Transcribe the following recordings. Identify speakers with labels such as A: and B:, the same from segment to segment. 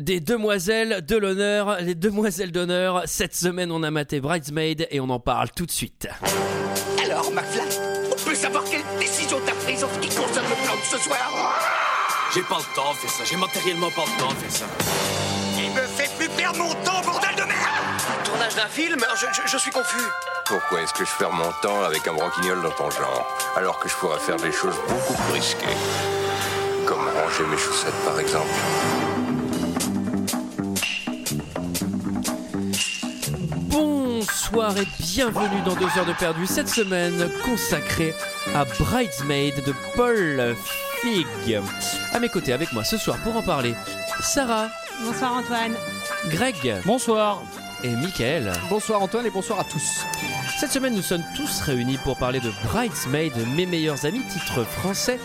A: des demoiselles de l'honneur, les demoiselles d'honneur. Cette semaine, on a maté Bridesmaid et on en parle tout de suite.
B: Alors, McFly, on peut savoir quelle décision t'as prise en ce qui concerne le plan de ce soir
C: J'ai pas le temps de faire ça, j'ai matériellement pas le temps de faire ça.
B: Il me fait plus perdre mon temps, bordel de merde
D: Tournage d'un film je, je- je suis confus.
E: Pourquoi est-ce que je perds mon temps avec un branquignol dans ton genre Alors que je pourrais faire des choses beaucoup plus risquées. Comme ranger mes chaussettes par exemple.
A: Bonsoir et bienvenue dans 2 heures de perdu cette semaine consacrée à Bridesmaid de Paul Fig. À mes côtés avec moi ce soir pour en parler, Sarah,
F: Bonsoir Antoine.
A: Greg
G: Bonsoir.
A: et Michael.
G: Bonsoir Antoine et bonsoir à tous.
A: Cette semaine, nous sommes tous réunis pour parler de Bridesmaid, Mes meilleurs amis, titre français,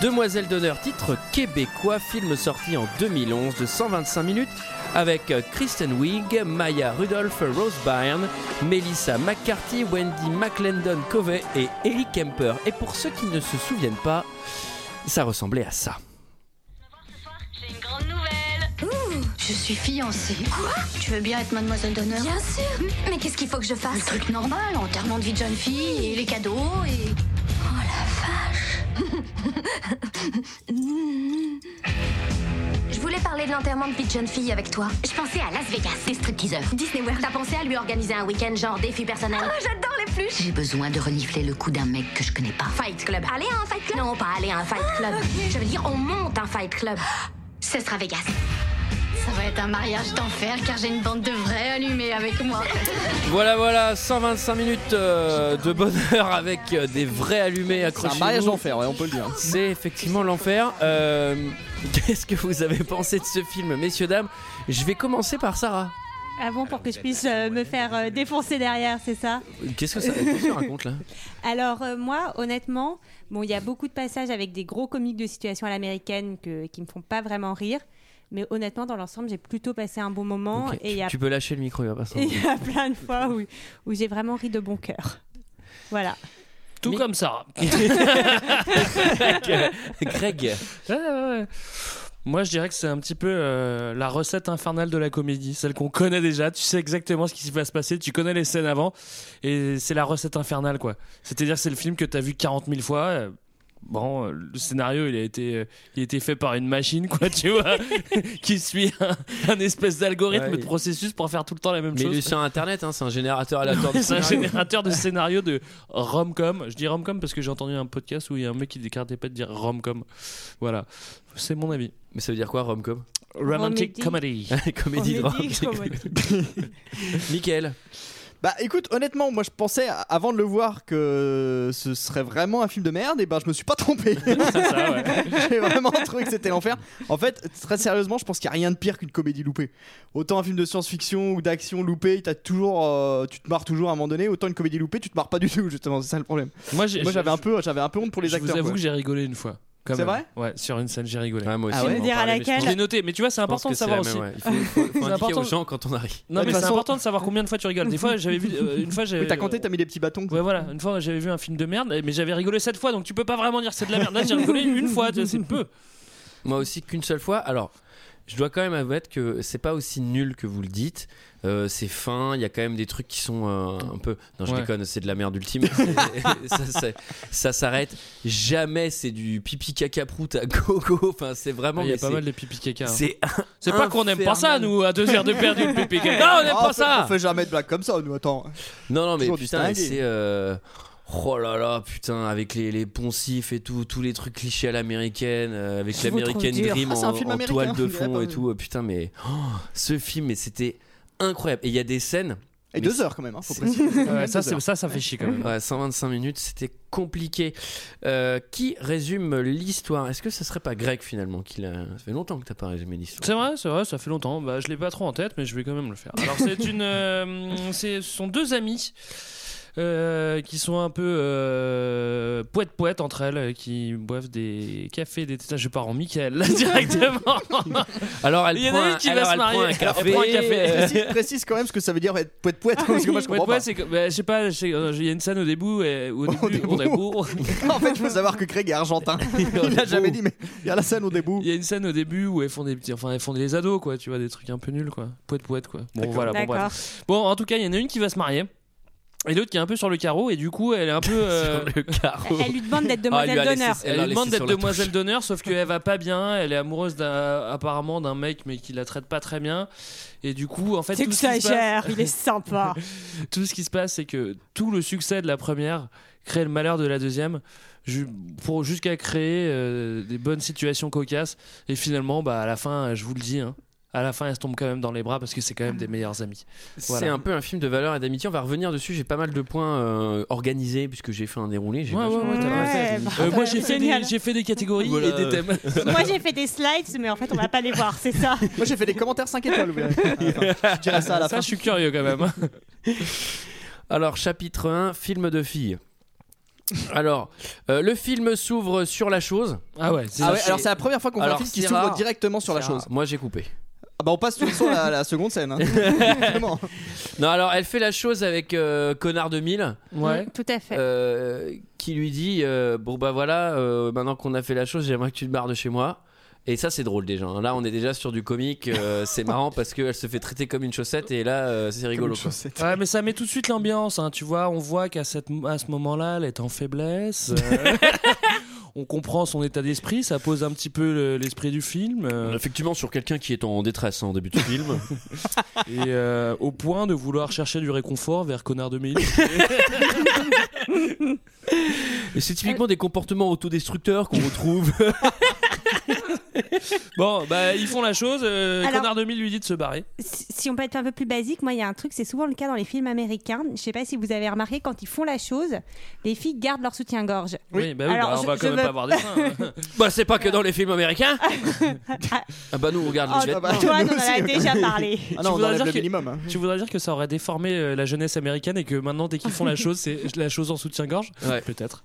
A: Demoiselle d'honneur, titre québécois, film sorti en 2011 de 125 minutes avec Kristen Wiig, Maya Rudolph, Rose Byrne, Melissa McCarthy, Wendy McLendon Covey et Ellie Kemper. Et pour ceux qui ne se souviennent pas, ça ressemblait à ça.
H: J'ai une grande nouvelle.
I: Je suis fiancée. Quoi Tu veux bien être mademoiselle d'honneur Hum
J: Bien sûr Mais qu'est-ce qu'il faut que je
I: Le
J: fasse
I: truc normal, enterrement de vie de jeune fille et les cadeaux et.
J: Je voulais parler de l'enterrement de vie de jeune fille avec toi.
I: Je pensais à Las Vegas, des stripteaseurs. Disney World. Oh, T'as pensé à lui organiser un week-end genre défi personnel
J: J'adore les pluches
I: J'ai besoin de renifler le cou d'un mec que je connais pas. Fight Club. Ah,
J: Allez, un fight club
I: Non, pas aller à un fight club. Je veux dire, on monte un fight club. Ce sera Vegas. Ça va être un mariage d'enfer car j'ai une bande de vrais allumés avec moi.
A: Voilà, voilà, 125 minutes euh, de bonheur avec euh, des vrais allumés
G: C'est
A: accrochés.
G: un mariage d'enfer, ouais, on peut le dire.
A: C'est effectivement l'enfer. Euh, Qu'est-ce que vous avez pensé de ce film, messieurs, dames Je vais commencer par Sarah.
F: Avant pour que je puisse euh, me faire euh, défoncer derrière, c'est ça
A: Qu'est-ce que ça qu'est-ce que tu racontes là
F: Alors euh, moi, honnêtement, bon, il y a beaucoup de passages avec des gros comiques de situation à l'américaine que, qui me font pas vraiment rire. Mais honnêtement, dans l'ensemble, j'ai plutôt passé un bon moment
A: Ok,
F: et il y,
A: tu,
F: a,
A: tu peux lâcher le micro, il va pas
F: et
A: s'en-
F: il y a plein de fois où, où j'ai vraiment ri de bon cœur. Voilà.
G: Tout
A: comme
G: ça.
A: Greg,
K: Ouais, ouais, ouais. Moi, je dirais que c'est un petit peu euh, la recette infernale de la comédie, celle qu'on connaît déjà. Tu sais exactement ce qui va se passer, tu connais les scènes avant, et c'est la recette infernale, quoi. C'est-à-dire, que c'est le film que t'as vu 40 000 fois. euh, Bon, euh, le scénario, il a été, euh, il a été fait par une machine, quoi, tu vois, qui suit un, un espèce d'algorithme
A: Ouais,
K: de
A: il-
K: processus pour faire tout le temps la même
A: mais
K: chose.
A: lui sur internet, hein, c'est un générateur aléatoire de
K: C'est un
A: scénario.
K: générateur de scénario de rom-com. Je dis rom-com parce que j'ai entendu un podcast où il y a un mec qui déclarait pas de dire rom-com. Voilà, c'est mon avis.
A: Mais ça veut dire quoi, romcom
K: Romantic comedy.
A: Comédie de
F: Comédie,
A: rom. Michael,
G: Bah écoute, honnêtement, moi je pensais avant de le voir que ce serait vraiment un film de merde et ben je me suis pas trompé.
K: C'est ça, ouais.
G: J'ai vraiment trouvé que c'était l'enfer. En fait, très sérieusement, je pense qu'il n'y a rien de pire qu'une comédie loupée. Autant un film de science-fiction ou d'action loupé, t'as toujours, euh, tu te marres toujours à un moment donné. Autant une comédie loupée, tu te marres pas du tout. Justement, c'est ça le problème.
K: Moi, j'ai-
G: Moi, j'avais
K: je-
G: un peu, j'avais un peu honte pour les
K: je
G: acteurs.
K: vous avoue
G: quoi.
K: que j'ai rigolé une fois. quand
G: C'est
K: même.
G: vrai
K: Ouais, sur une scène, j'ai rigolé.
A: Ah, moi
G: Ah
A: aussi.
G: ouais
A: on en
F: Dire à
A: parlait, mais je
F: laquelle
A: pense-
K: J'ai noté, mais tu vois, c'est
A: je pense
K: important
A: que
K: de
A: c'est la
K: savoir aussi.
A: même, ouais. Il faut, faut- faut indiquer
K: important.
A: aux gens quand on arrive.
G: De
K: Non, mais
G: toute
K: c'est
G: façon-
K: important de savoir combien de fois tu rigoles. Des fois, j'avais vu euh, une fois, j'avais.
G: Oui, t'as compté, t'as mis des petits bâtons.
K: Ouais, voilà. Une fois, j'avais vu un film de merde, mais j'avais rigolé sept fois, donc tu peux pas vraiment dire que c'est de la merde. Là, j'ai rigolé une fois, tu vois, c'est peu.
A: Moi aussi qu'une seule fois. Alors, je dois quand même admettre que c'est pas aussi nul que vous le dites. Euh, c'est fin, il y a quand même des trucs qui sont euh, un peu. Non, je
K: Ouais.
A: déconne, c'est de la merde ultime. C'est- ça c'est- ça s'arrête. Jamais c'est du pipi caca prout à gogo. Enfin, c'est vraiment.
K: Ah, Il y a
A: mais
K: pas
A: c'est-
K: mal de pipi caca. hein.
A: C'est
K: C'est pas qu'on aime pas ça,
A: infernal.
K: nous, à deux heures de perdu, le pipi caca. Non, on aime
G: Ah, on
K: pas
G: fait- On
K: ça.
G: fait jamais de blagues comme ça, nous. Attends.
A: Non, non, mais
G: Toujours
A: putain, mais
G: distingué.
A: c'est. euh, Oh là là, putain, avec les, les poncifs et tout, tous les trucs clichés à l'américaine, euh, avec
G: Je vous
A: l'américaine
G: trouve dur.
A: Dream
G: Ah, c'est un
A: en,
G: film
A: en
G: américain,
A: toile de
G: on dirait
A: fond
G: pas.
A: et tout. euh, Putain, mais oh, ce film, mais c'était incroyable. Et il y a des scènes,
G: Et
A: Mais
G: deux
A: c'est-
G: heures quand même. hein, faut
A: c'est-
G: préciser.
K: Ouais, ça,
G: Deux
K: c'est-
G: heures.
K: ça, ça fait chier quand même.
A: ouais, 125 minutes, c'était compliqué. Euh, qui résume l'histoire Est-ce que ce serait pas Greg finalement qui l'a. Ça fait longtemps que t'as pas résumé l'histoire.
K: C'est vrai, c'est vrai, ça fait longtemps. Bah, je l'ai pas trop en tête, mais je vais quand même le faire. Alors, c'est une, euh, c'est- ce sont deux amis. euh, qui sont un peu euh, poète poète entre elles, euh, qui boivent des cafés, des tétas. Je pars en Michael là, directement.
A: Alors
K: Il y en a une qui va se marier. Elle prend un café. Ah
G: Précise, précise quand même ce que ça veut dire être poète poète. Parce que moi je
K: Poète
G: comprends
K: poète,
G: pas.
K: c'est comme- bah, je sais pas, je sais- euh, il y a une scène au début où, euh, où au début, au début,
G: en fait, il faut savoir que Craig est argentin. Il n'a jamais dit, mais il y a la scène au début.
K: Il y a une scène au début où elles font des petits, enfin elles font des ados quoi, tu vois des trucs un peu nuls quoi, poète poète quoi. Bon
A: D'accord.
K: voilà, bon
A: D'accord.
K: bref. Bon en tout cas il y en a une qui va se marier. Et l'autre qui est un peu sur le carreau et du coup elle est un peu euh,
A: le
G: Ah,
A: carreau.
G: oh.
F: Elle lui demande d'être
A: Ah,
F: demoiselle d'honneur.
K: Ah, Elle, lui demande d'être demoiselle d'honneur, sauf qu'elle va pas bien. Elle est amoureuse d'un- apparemment d'un mec, mais qui la traite pas très bien. Et du coup, en fait,
L: C'est
K: tout
L: que
K: ce
L: ça
K: qui se passe-
L: gère, il est sympa.
K: tout ce qui se passe, c'est que tout le succès de la première crée le malheur de la deuxième, ju- pour jusqu'à créer euh, des bonnes situations cocasses. Et finalement, bah, à la fin, je vous le dis, hein, à la fin, elles se tombent quand même dans les bras parce que c'est quand même des meilleurs amis.
A: C'est un peu un film de valeur et d'amitié. On va revenir dessus. J'ai pas mal de points euh, organisés puisque j'ai fait un déroulé. J'ai
K: Ouais,
A: vachement-
K: ouais, ouais, t'as
L: Ouais,
K: raison.
L: bah,
K: Euh, moi, j'ai fait,
L: génial.
K: des- j'ai fait des catégories
A: Voilà.
K: et des thèmes.
F: Moi j'ai fait des slides, mais en fait on va pas les voir, c'est ça.
G: Moi j'ai fait des commentaires 5 étoiles. Je dirais ça à la fin.
K: je suis curieux quand même.
A: Alors, chapitre 1, film de filles. Alors, euh, le film s'ouvre sur la chose.
K: Ah ouais,
G: Ah ouais, alors c'est la première fois qu'on voit un
A: Alors,
G: film qui
A: c'est
G: s'ouvre
A: rare.
G: directement sur la
A: C'est
G: chose.
A: rare. Moi j'ai coupé.
G: Ah bah on passe tout le temps à la seconde scène. hein.
A: Non, alors elle fait la chose avec euh, Connard 2000.
K: Ouais.
F: Tout à fait.
A: Euh, qui lui dit euh, Bon, bah voilà, euh, maintenant qu'on a fait la chose, j'aimerais que tu te barres de chez moi. Et ça, c'est drôle déjà. hein. Là, on est déjà sur du comique. euh, c'est marrant parce qu'elle se fait traiter comme une chaussette et là, euh, c'est rigolo. quoi.
K: Ouais, mais ça met tout de suite l'ambiance, hein, tu vois. On voit qu'à cette, à ce moment-là, elle est en faiblesse. euh, on comprend son état d'esprit, ça pose un petit peu le- l'esprit du film. euh,
A: Effectivement, sur quelqu'un qui est en détresse hein, en début de film.
K: et euh, au point de vouloir chercher du réconfort vers Connard 2000.
A: Et c'est typiquement des comportements autodestructeurs qu'on retrouve.
K: bon, bah, ils font la chose. euh,
F: Alors-
K: Connard 2000 lui dit de se barrer.
F: Si si on peut être un peu plus basique, moi il y a un truc, c'est souvent le cas dans les films américains. Je sais pas si vous avez remarqué, quand ils font la chose, les filles gardent leur soutien-gorge.
K: Oui, bah oui,
F: Alors,
K: bah, on
F: je-
K: va
F: je
K: quand même
F: veux-
K: pas avoir des seins. hein.
A: bah, c'est pas que dans les films américains. ah bah, nous, on regarde
F: Oh,
A: les vêtements.
F: Antoine, on en a déjà parlé.
G: Ah
K: Tu
G: non, on
K: voudrais
G: enlève
K: dire
G: le
K: que-
G: minimum. hein.
K: Tu voudrais dire que ça aurait déformé euh, la jeunesse américaine et que maintenant, dès qu'ils font la chose, c'est la chose en soutien-gorge
A: Ouais.
K: Peut-être.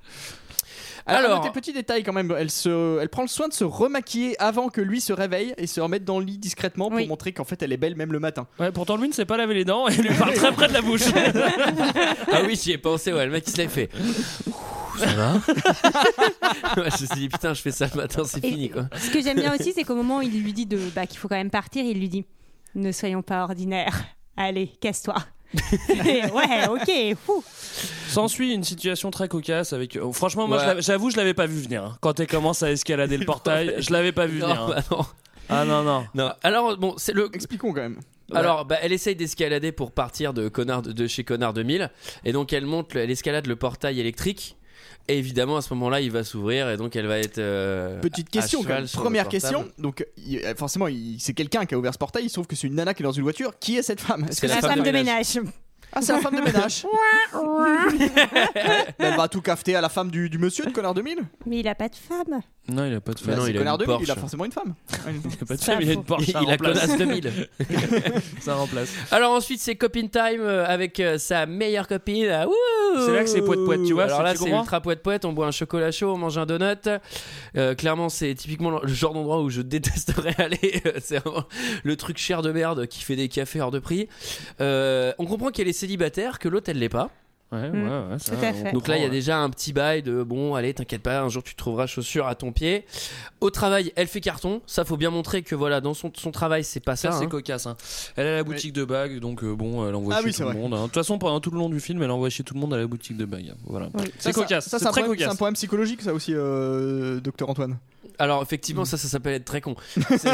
F: Ah,
G: Alors,
A: Alors,
G: des petits détails quand même. Elle, se, elle prend le soin de se remaquiller avant que lui se réveille et se remette dans le lit discrètement pour
F: Oui.
G: montrer qu'en fait elle est belle même le matin.
K: Ouais, pourtant, lui ne sait pas laver les dents et lui parle très près de la bouche.
A: ah oui, j'y ai pensé, ouais, le mec il se l'est fait. Ouh, Ça va Ouais, Je me suis dit, putain, je fais ça le matin, c'est
F: Et-
A: fini quoi.
F: Ce que j'aime bien aussi, c'est qu'au moment où il lui dit de, bah, qu'il faut quand même partir, il lui dit Ne soyons pas ordinaires. Allez, casse-toi. Et ouais, ok, fou.
K: S'ensuit une situation très cocasse avec. euh, Franchement, moi,
A: Ouais.
K: je l'avais- j'avoue, je l'avais pas vu venir. hein. Quand elle commence à escalader le portail, je l'avais pas vu
A: Non,
K: venir. hein.
A: bah non.
K: Ah non non.
A: Non. Alors, bon, c'est le.
G: Expliquons quand même.
A: Alors, bah, elle essaye d'escalader pour partir de, connard, de chez Connard 2000. Et donc, elle monte, le- elle escalade le portail électrique. Et évidemment, à ce moment-là, il va s'ouvrir. Et donc, elle va être. euh,
G: Petite
A: à
G: question, quand
A: cheval
G: même.
A: sur le
G: première
A: portable.
G: question. Donc il- euh, forcément, il- c'est quelqu'un qui a ouvert ce portail. Il se trouve que c'est une nana qui est dans une voiture. Qui est cette femme Est-ce
A: C'est
G: que-
A: la
F: La
A: femme
F: femme
A: de
F: de ménage.
G: Ah, c'est la femme de ménage. elle va tout cafeter à la femme du, du monsieur de Connard 2000.
F: Mais il a pas de femme.
K: Non, il a pas de
A: Bah
K: femme.
A: non,
G: C'est
A: il a
G: Connard
A: une
G: 2000, il a
A: Porsche.
G: forcément une femme.
K: Il a pas de
F: Ça,
K: femme, il a une Porsche.
A: Il,
K: Ça
A: il a
K: remplace.
A: connasse 2000.
K: Ça remplace.
A: Alors, ensuite, c'est Copine Time euh, avec euh, sa meilleure copine. Ah, ouh
K: C'est là que c'est poète-poète, tu vois,
A: Alors
K: c'est-
A: là,
K: tu
A: c'est
K: comprends
A: ultra poète-poète. On boit un chocolat chaud, on mange un donut. Euh, clairement, c'est typiquement le genre d'endroit où je détesterais aller. Euh, c'est vraiment le truc cher de merde qui fait des cafés hors de prix. Euh, on comprend qu'elle est célibataire, que l'autre, elle l'est pas.
K: Ouais ouais
F: Mm.
K: ouais. ça,
F: Tout à
K: on
F: fait.
A: Donc là, il y a
K: comprend,
A: déjà un petit bail de bon, allez, t'inquiète pas, un jour tu trouveras chaussures à ton pied. Au travail, elle fait carton. Ça, faut bien montrer que voilà, dans son, son travail, c'est pas
K: Ça,
A: ça.
K: c'est
A: hein.
K: cocasse. hein. Elle a la boutique de bagues, donc euh, bon, elle envoie
G: Ah
K: chez
G: oui,
K: tout
G: c'est
K: le
G: vrai.
K: monde. hein. De toute façon, pendant tout le long du film, elle envoie chez tout le monde à la boutique de bagues. hein. Voilà. C'est
G: Ça, ça-
K: cocasse.
G: Ça,
K: c'est
G: c'est un
K: très
G: problème- c'est
K: cocasse.
G: un problème psychologique, ça aussi, euh, docteur Antoine.
A: Alors,
K: Mm.
A: effectivement, ça, ça s'appelle être très con. C'est-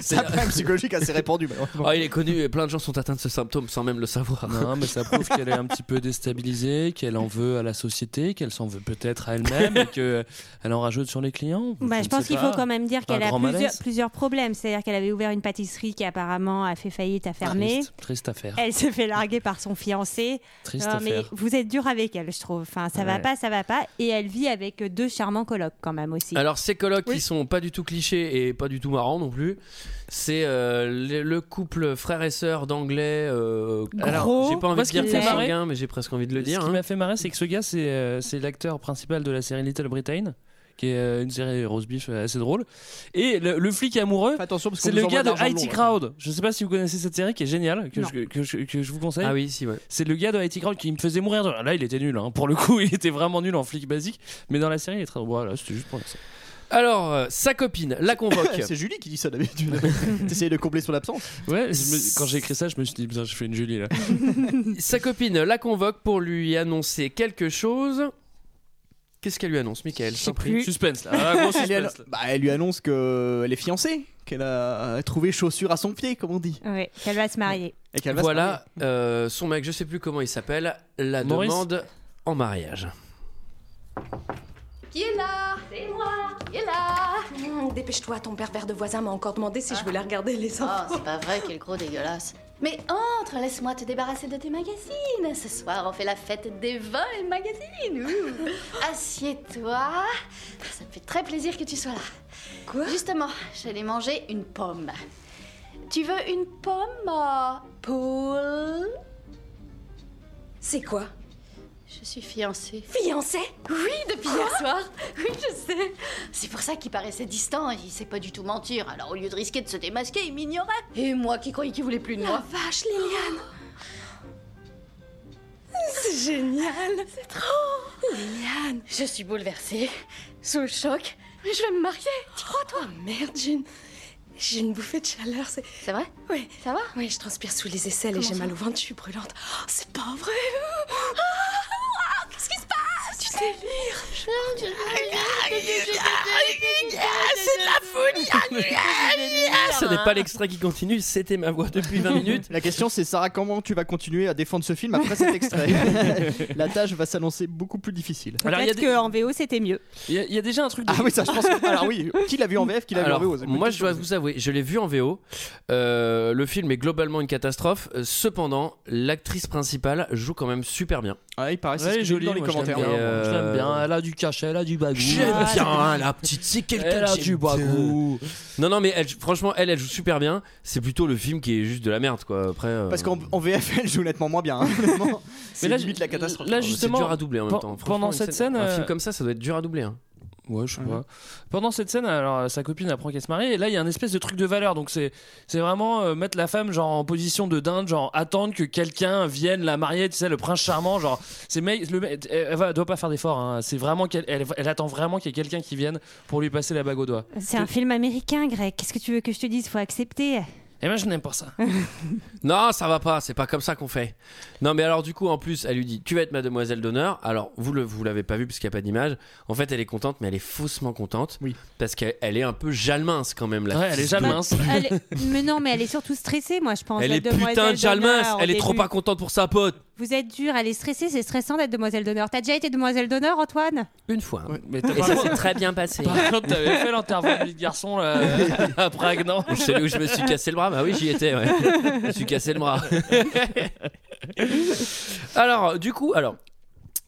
G: C'est un problème psychologique assez répandu. malheureusement.
A: Ah, il est connu et plein de gens sont atteints de ce symptôme sans même le savoir.
K: Non, mais ça prouve qu'elle est un petit peu déstabilisée, qu'elle en veut à la société, qu'elle s'en veut peut-être à elle-même et qu'elle en rajoute sur les clients.
F: Bah, je pense qu'il faut quand même dire qu'elle a
K: grand
F: plusieurs,
K: malaise.
F: plusieurs problèmes. C'est-à-dire qu'elle avait ouvert une pâtisserie qui apparemment a fait faillite, a fermé.
K: Triste, triste affaire.
F: Elle s'est fait larguer par son fiancé.
K: Triste
F: Non, mais
K: affaire.
F: vous êtes dur avec elle, je trouve. Enfin, ça va
K: Ouais.
F: pas, ça va pas. Et elle vit avec deux charmants colocs quand même aussi.
A: Alors, ses colocs qui sont pas du tout clichés et pas du tout marrants non plus. C'est euh, le, le couple frère et sœur d'anglais. euh, alors, j'ai pas envie
K: Moi,
A: de
K: ce qui
A: dire
K: me
A: que
K: fait
A: c'est
K: marrer-
A: sanguin, mais j'ai presque envie de le dire.
K: Ce
A: hein.
K: qui m'a fait marrer, c'est que ce gars, c'est euh, c'est l'acteur principal de la série Little Britain, qui est euh, une série rose beef euh, assez drôle. Et le, le flic amoureux,
G: parce
K: c'est
G: qu'on
K: le
G: nous
K: gars de
G: envoie de l'argent
K: IT
G: long,
K: Crowd. Je sais pas si vous connaissez cette série qui est géniale, que,
G: Non.
K: je, que je- que je vous conseille.
A: Ah oui, si, ouais.
K: C'est le gars de IT Crowd qui me faisait mourir de Là, il était nul. hein. Pour le coup, il était vraiment nul en flic basique. Mais dans la série, il est très. Voilà, c'était juste pour ça.
A: Alors, euh, sa copine la convoque.
G: C'est Julie qui dit ça d'habitude. T'essayais de combler son absence.
K: Ouais, je me- quand j'ai écrit ça, je me suis dit, putain, je fais une Julie là.
A: Sa copine la convoque pour lui annoncer quelque chose. Qu'est-ce qu'elle lui annonce, Michael Je
K: Suspense là. Ah, gros
G: elle, lui
K: suspense,
G: annon-
K: là.
G: bah, elle lui annonce qu'elle Euh, est fiancée, qu'elle a trouvé chaussure à son pied, comme Eh, on dit.
F: Ouais, qu'elle va se marier.
L: Ah.
G: Et qu'elle va se marier.
A: Voilà, euh, son mec, je sais plus comment il s'appelle, la
K: Maurice
A: demande en mariage.
J: Qui est là C'est moi Qui est là
L: Dépêche-toi, ton pervers de voisin m'a encore demandé si je voulais regarder les
J: Oh,
L: enfants.
J: c'est pas vrai, quel gros dégueulasse. Mais entre, laisse-moi te débarrasser de tes magazines. Ce soir, on fait la fête des vins et magazines. Ouh. Assieds-toi. Ça me fait très plaisir que tu sois là. Quoi Justement, j'allais manger une pomme. Tu veux une pomme, euh, Paul C'est quoi Je suis fiancée.
L: Fiancée
J: Oui, depuis hier soir. Oui, je sais. C'est pour ça qu'il paraissait distant. hein. Il sait pas du tout mentir. Alors, au lieu de risquer de se démasquer, il m'ignorait. Et moi qui croyais qu'il voulait plus de moi.
L: Oh,
M: Ah,
L: Vache, Liliane C'est génial C'est trop Liliane
J: Je suis bouleversée, sous le choc. Mais je vais me marier.
L: Tu crois, toi Oh, Merde, j'ai une... J'ai une bouffée de chaleur, c'est...
J: C'est vrai
L: Oui.
J: Ça va
L: Oui, je transpire sous les aisselles
J: Comment
L: et j'ai
J: ça
L: mal au ventre, je suis brûlante. Oh, c'est pas vrai Ah, ah, Qu'est-ce qui se passe Tu sais lire
J: C'est
A: de la Ah, Ce n'est pas l'extrait qui continue, c'était ma voix depuis 20 minutes.
G: La question c'est Sarah, comment tu vas continuer à défendre ce film après cet extrait La tâche va s'annoncer beaucoup plus difficile.
K: Alors, il y a
F: Peut-être
K: des-
F: qu'en VO, c'était mieux.
K: Il y, a- il y a déjà un truc. De...
G: Ah oui, ça je pense. que- Alors oui, qui l'a vu en VF, qui l'a vu en
A: Alors,
G: VO c'est
A: moi,
G: plutôt
A: je dois vous avouer, je l'ai vu en VO. Euh, le film est globalement une catastrophe. Euh, Cependant, l'actrice principale joue quand même super bien.
G: Ah, il paraît, c'est
K: Ouais,
G: ce que j'ai lu
K: jolie,
G: dans les
K: moi, je l'aime
G: commentaires.
K: bien,
A: Et,
K: je l'aime
A: euh,
K: bien. Elle a du cachet, elle a du bagou.
A: J'aime bien hein, la petite, c'est
K: Elle
A: quelqu'un
K: a
A: que
K: du
A: j'aime bien.
K: bagou.
A: Non, non, mais elle, franchement, elle, elle joue super bien. C'est plutôt le film qui est juste de la merde, quoi. Après, euh,
G: Parce qu'en en VF, elle joue nettement moins bien. hein, honnêtement. C'est
K: là,
G: limite la catastrophe.
K: Là,
A: c'est
K: justement,
A: dur à doubler en même
K: pen-
A: temps. Franchement,
K: pendant
A: une
K: cette scène,
A: un
K: euh,
A: film comme ça, ça doit être dur à doubler. hein.
K: Ouais, je sais pas. Pendant cette scène, alors euh, sa copine apprend qu'elle se marie, et là il y a un espèce de truc de valeur. Donc c'est c'est vraiment euh, mettre la femme genre en position de dinde, genre attendre que quelqu'un vienne la marier, tu sais, le prince charmant, genre c'est mec, le mec- elle, elle va- doit pas faire d'efforts. hein. C'est vraiment qu'elle elle, elle attend vraiment qu'il y ait quelqu'un qui vienne pour lui passer la bague au doigt.
F: C'est un film américain, Greg. Qu'est-ce que tu veux que je te dise Faut accepter.
K: Et moi je n'aime pas ça.
A: Non, ça va pas, c'est pas comme ça qu'on fait. Non, mais alors, du coup, en plus, elle lui dit Tu vas être mademoiselle d'honneur. Alors, vous le, vous l'avez pas vu puisqu'il n'y a pas d'image. En fait, elle est contente, mais elle est faussement contente.
G: Oui.
A: Parce qu'elle elle est un peu jalmince quand même, là.
K: Ouais, elle est jamais mince.
F: Bah, Elle est- Mais non, mais elle est surtout stressée, moi, je pense.
A: Ah, Elle
F: la
A: est
F: demoiselle
A: putain de jalmince,
F: d'honneur, au
A: elle est trop
F: début.
A: pas contente pour sa pote.
F: Vous êtes dur, elle est stressée, c'est stressant d'être demoiselle d'honneur. T'as déjà été demoiselle d'honneur, Antoine
A: Une fois. hein.
K: Mais t'as
A: Et
K: pas
A: ça s'est très bien passé.
K: par contre, t'avais fait l'interview de vie de garçon là, à Prague, non
A: C'est Celui où je me suis cassé le bras, bah oui, j'y étais. ouais. je me suis cassé le bras. alors, du coup, alors.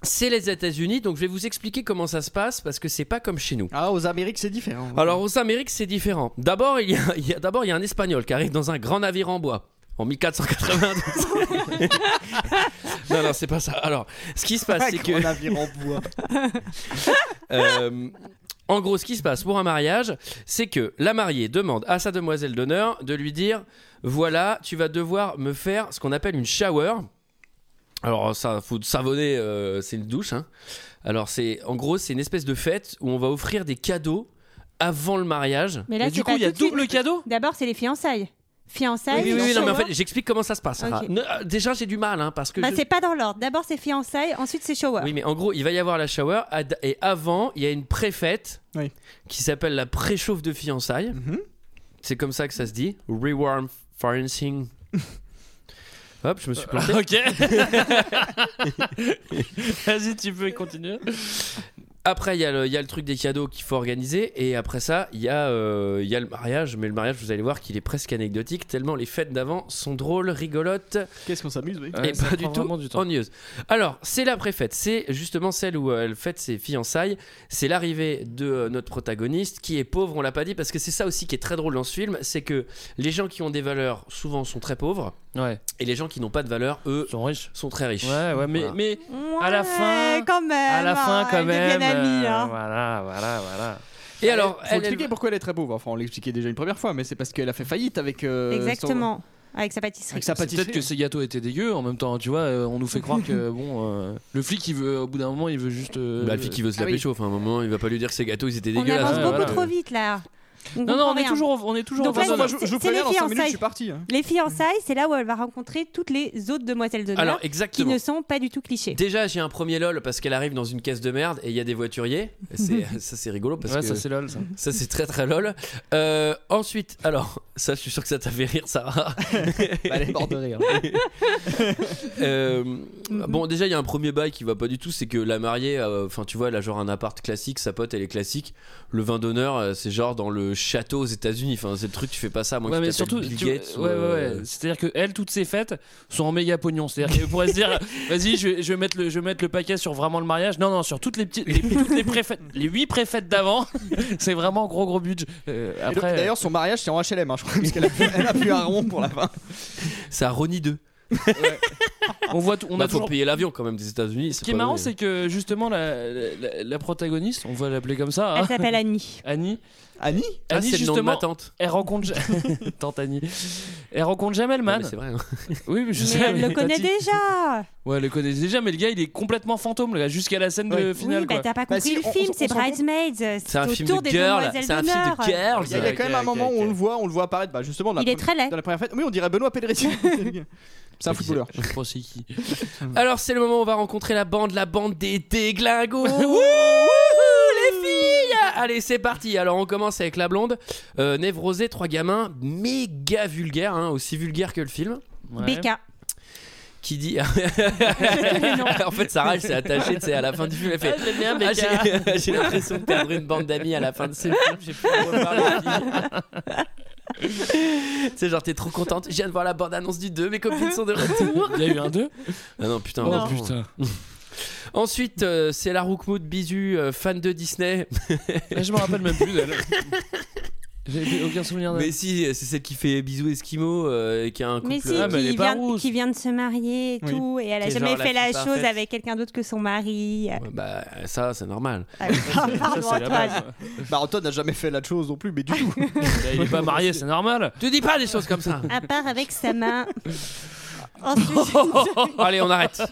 A: C'est les États-Unis, donc je vais vous expliquer comment ça se passe parce que c'est pas comme chez nous.
G: Ah, aux Amériques, c'est différent.
A: Alors aux Amériques, c'est différent. D'abord, il y a, il y a- d'abord il y a un Espagnol qui arrive dans un grand navire en bois. En 1492. non, non, c'est pas ça. Alors, ce qui se passe, c'est que.
G: Un navire en bois.
A: euh, en gros, ce qui se passe pour un mariage, c'est que la mariée demande à sa demoiselle d'honneur de lui dire voilà, tu vas devoir me faire ce qu'on appelle une shower. Alors, ça, faut savonner, euh, c'est une douche. hein. Alors, c'est en gros, c'est une espèce de fête où on va offrir des cadeaux avant le mariage.
F: Mais là,
K: Mais du
F: c'est
K: coup,
F: pas
K: il y a
F: tout de suite.
K: double cadeau.
F: D'abord, c'est les fiançailles. Fiançailles. hein.
A: Oui, oui, oui, non, mais en
F: Ah, shower.
A: fait, j'explique comment ça se passe. Sarah.
F: Ok.
A: Ne- euh, déjà, j'ai du mal, hein, parce que.
F: Bah,
A: je-
F: c'est pas dans l'ordre. D'abord, c'est fiançailles, ensuite, c'est shower.
A: Oui, mais en gros, il va y avoir la shower, ad- et avant, il y a une préfète
G: Oui.
A: qui s'appelle la préchauffe de fiançailles.
G: Mhm.
A: C'est comme ça que ça se dit. Rewarm Fencing. Hop, je me suis planté.
K: Ok. Vas-y, tu peux continuer.
A: Après, il y, a le- il y a le truc des cadeaux qu'il faut organiser. Et après ça, il y, a, euh, il y a le mariage. Mais le mariage, vous allez voir qu'il est presque anecdotique, tellement les fêtes d'avant sont drôles, rigolotes.
G: Qu'est-ce qu'on s'amuse,
K: Ah
G: oui.
A: Et pas du tout ennuyeuse. Alors, c'est la préfète. C'est justement celle où euh, elle fête ses fiançailles. C'est l'arrivée de euh, notre protagoniste qui est pauvre, on l'a pas dit, parce que c'est ça aussi qui est très drôle dans ce film. C'est que les gens qui ont des valeurs souvent sont très pauvres. Et les gens qui n'ont pas de valeurs, eux,
K: sont, riches.
A: sont très riches.
K: Ouais, ouais, mais,
A: Voilà.
K: mais à la fin.
F: quand même. Ah,
K: À la fin, quand même.
F: amies,
K: euh,
F: hein.
K: Voilà, voilà, voilà.
A: Et alors,
G: faut expliquer pourquoi elle est très pauvre. Enfin, on l'expliquait déjà une première fois, mais c'est parce qu'elle a fait faillite avec. euh,
F: Exactement. Avec sa pâtisserie.
G: Avec sa
K: C'est Peut-être que ces gâteaux étaient dégueux en même temps, tu vois. euh, On nous fait croire que bon, euh, le flic, il veut, au bout d'un moment, il veut juste. euh,
A: Bah, le flic qui veut se la pécho, enfin, à un moment, il va pas lui dire que ses gâteaux ils étaient
F: On
A: dégueulasses.
F: avance
A: Ouais,
F: beaucoup
A: voilà.
F: trop vite là.
K: Non, non, on est toujours, on est toujours.
F: Donc
K: en
F: là,
K: train de-
F: c'est- c'est les fiançailles.
G: hein.
F: Les fiançailles, c'est là où elle va rencontrer toutes les autres demoiselles d'honneur
A: Alors,
F: qui
A: exactement.
F: ne sont pas du tout clichés.
A: Déjà, j'ai un premier lol parce qu'elle arrive dans une caisse de merde et il y a des voituriers. C'est, ça, c'est rigolo parce
K: Ouais,
A: que
K: ça, c'est lol, ça.
A: Ça, c'est très très lol. Euh, ensuite, alors ça, je suis sûr que ça t'a fait rire, Sarah.
G: elle est morte de rire.
A: Euh,
K: Mm-hmm.
A: bon, déjà, il y a un premier bail qui va pas du tout, c'est que la mariée, euh, enfin, tu vois, elle a genre un appart classique, sa pote, elle est classique. Le vin d'honneur, euh, c'est genre dans le château aux États-Unis. Enfin, c'est le truc, tu fais pas ça, moi.
K: Ouais, mais surtout, tu- ouais, ouais,
A: euh,
K: ouais. c'est-à-dire que elle, toutes ses fêtes sont en méga pognon. C'est-à-dire qu'elle pourrait se dire, vas-y, je, vais- je vais mettre le, je vais mettre le paquet sur vraiment le mariage. Non, non, sur toutes les petites, les, toutes les préfètes, les huit préfètes d'avant, c'est vraiment gros gros budget. Euh,
G: Et donc,
K: après,
G: D'ailleurs, son mariage c'est en HLM, hein, je crois, parce qu'elle a, pu- elle a pu un rond pour la fin.
A: C'est à Ronnie 2.
K: on voit, tout- on a
A: faut
K: toujours-
A: payer l'avion quand même des États-Unis.
K: Ce qui est marrant, c'est que justement la, la- la- la protagoniste, on va l'appeler comme ça.
F: Elle
K: hein.
F: s'appelle Annie.
K: Annie.
G: Annie.
A: Ah, c'est le nom de
K: justement,
A: ma tante.
K: Elle rencontre. ja- tante Annie. Elle rencontre jamais le man.
A: c'est vrai.
K: Oui, mais je sais.
F: Mais elle le
K: mais
F: connaît
K: Tati-
F: déjà.
K: Ouais, elle le connaît déjà, mais le gars, il est complètement fantôme, le gars, jusqu'à la scène de finale.
F: oui, bah
K: quoi.
F: t'as pas compris le film, c'est Bridesmaids.
K: C'est un film
F: autour
K: de
F: des
K: girl,
F: demoiselles
K: c'est un film de
F: d'honneur.
K: girl.
G: Il y a, il y a quand même un moment où on le voit, on le voit apparaître, bah, justement. dans la
F: Il est
G: première-
F: très laid.
G: Dans la première fête, oui, on dirait Benoît Pedretti. c'est un footballeur.
K: Je crois Oh, c'est qui.
A: Alors, c'est le moment où on va rencontrer la bande, la bande des déglingos. Wouhou, les filles Allez, c'est parti. Alors, on commence avec la blonde, euh, névrosée, trois gamins, méga vulgaire, hein, aussi vulgaire que le film.
F: BK.
A: Qui dit. en fait, Sarah, elle s'est attachée tu sais, à la fin du film. Elle fait.
K: Ah, j'aime bien, BK.
A: j'ai- J'ai l'impression de perdre une bande d'amis à la fin de ce film. J'ai plus le droit de parler aux filles. Tu sais, genre, t'es trop contente. Je viens de voir la bande-annonce du 2, mes copines sont de retour.
K: Il y a eu un 2
A: Ah non, putain.
K: Oh
A: vraiment.
K: putain.
A: Ensuite, euh, c'est la Roukmout Bisu, euh, fan de Disney.
K: Ouais, je me rappelle même plus d'elle. J'ai aucun souvenir d'elle.
A: mais si, c'est celle qui fait bisous Eskimo euh, et qui a un couple.
F: Mais
K: Ah,
F: si, qui, vient, qui vient de se marier et
A: Oui.
F: tout, et elle a
A: Qui est
F: jamais
A: genre la
F: fait la
A: fille
F: chose
A: parfaite.
F: avec quelqu'un d'autre que son mari.
A: Bah, ça, c'est normal.
F: Ah, Pardon, Antoine.
G: Bah, Antoine n'a jamais fait la chose non plus, mais du tout.
K: il est pas marié, c'est normal.
A: Tu dis pas des choses comme ça.
F: À part avec sa main. Ensuite,
A: Oh, Allez, on arrête.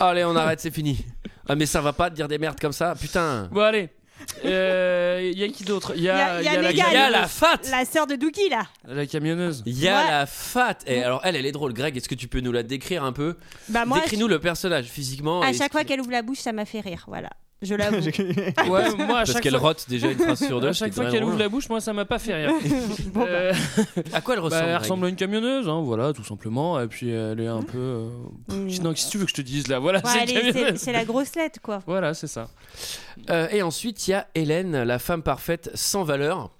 A: Allez, on arrête, c'est fini. Ah, mais ça va pas de dire des merdes comme ça, putain.
K: Bon, allez. Euh, Il y a qui d'autre Il
F: il
K: y
F: y a,
K: a,
F: il y a
K: la,
F: Mégane,
A: il y a la fat.
F: La sœur de Dookie, là.
K: la camionneuse.
A: Il y a la fat. Et alors, elle, elle est drôle. Greg, est-ce que tu peux nous la décrire un peu
F: Bah, moi,
A: Décris-nous le personnage physiquement.
F: à
A: et-
F: chaque fois qu'elle ouvre la bouche, ça m'a fait rire. Voilà. Je l'avoue. Mm.
K: Ouais, moi, à
A: Parce
K: chaque
A: qu'elle
K: fois-
A: rote déjà une phrase sur deux.
K: À
A: ce qui
K: chaque
A: est
K: fois
A: très
K: qu'elle
A: drôle.
K: ouvre la bouche, moi, ça m'a pas fait rire.
F: bah.
K: Euh,
A: À quoi elle
K: Bah,
A: ressemble
K: elle
A: Greg
K: ressemble à une camionneuse, hein, voilà, tout simplement. Et puis elle est un peu. euh, pff, Non, qu'est-ce que tu veux que je te dise là Voilà,
F: Ouais,
K: c'est une
F: elle est- c'est
K: camionneuse.
F: c'est la grosse lettre, quoi.
K: Voilà, c'est ça.
A: Euh, et ensuite, il y a Hélène, la femme parfaite sans valeur,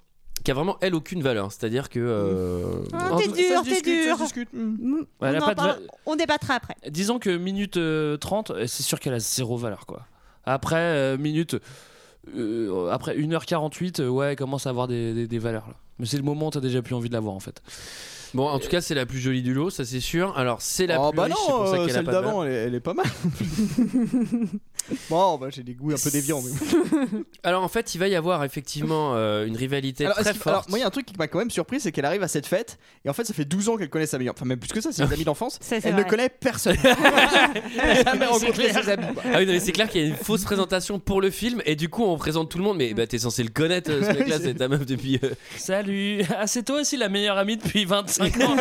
A: qui a vraiment, elle, aucune valeur. C'est-à-dire que. euh,
F: Oh, t'es
K: tout-
F: dur,
K: ça se
F: t'es
K: discute, ça
F: dur.
K: se discute.
F: Mm,
K: Ouais,
F: on,
K: elle a
F: en
K: pas de
F: parle-
K: va-
F: on débattra après.
K: Disons que minute euh, 30, euh, c'est sûr qu'elle a zéro valeur, quoi. Après, euh, minute. euh, après 1h48, euh, ouais, elle commence à avoir des, des- des valeurs, là. Mais c'est le moment où t'as déjà plus envie de l'avoir, en fait.
A: Bon, en tout cas, c'est la plus jolie du lot, ça c'est sûr. Alors, c'est la
G: Oh,
A: plus
G: bah
A: riche, c'est pour
G: non,
A: ça
G: euh,
A: qu'elle a
G: celle
A: pas de valeur.
G: d'avant, elle, est- elle est pas mal. bon, bah, j'ai des goûts un peu déviants. Mais...
A: Alors, en fait, il va y avoir effectivement euh, une rivalité
G: Alors, est-ce
A: très
G: qu'il- alors,
A: forte.
G: moi, il y a un truc qui m'a quand même surpris, c'est qu'elle arrive à cette fête, et en fait, ça fait 12 ans qu'elle connaît sa meilleure. Enfin, même plus que ça, c'est ses amis d'enfance.
F: Ça,
G: Elle
F: c'est
G: ne
F: vrai.
G: connaît personne. elle n'a jamais rencontré ses amis. quoi.
A: Ah oui, non, mais c'est clair qu'il y a une fausse présentation pour le film, et du coup, on présente tout le monde. Mais bah, t'es censé le connaître, euh, ce mec-là, c'est ta meuf depuis. euh,
K: Ça, Salut Ah, c'est toi aussi la meilleure amie depuis 25 ans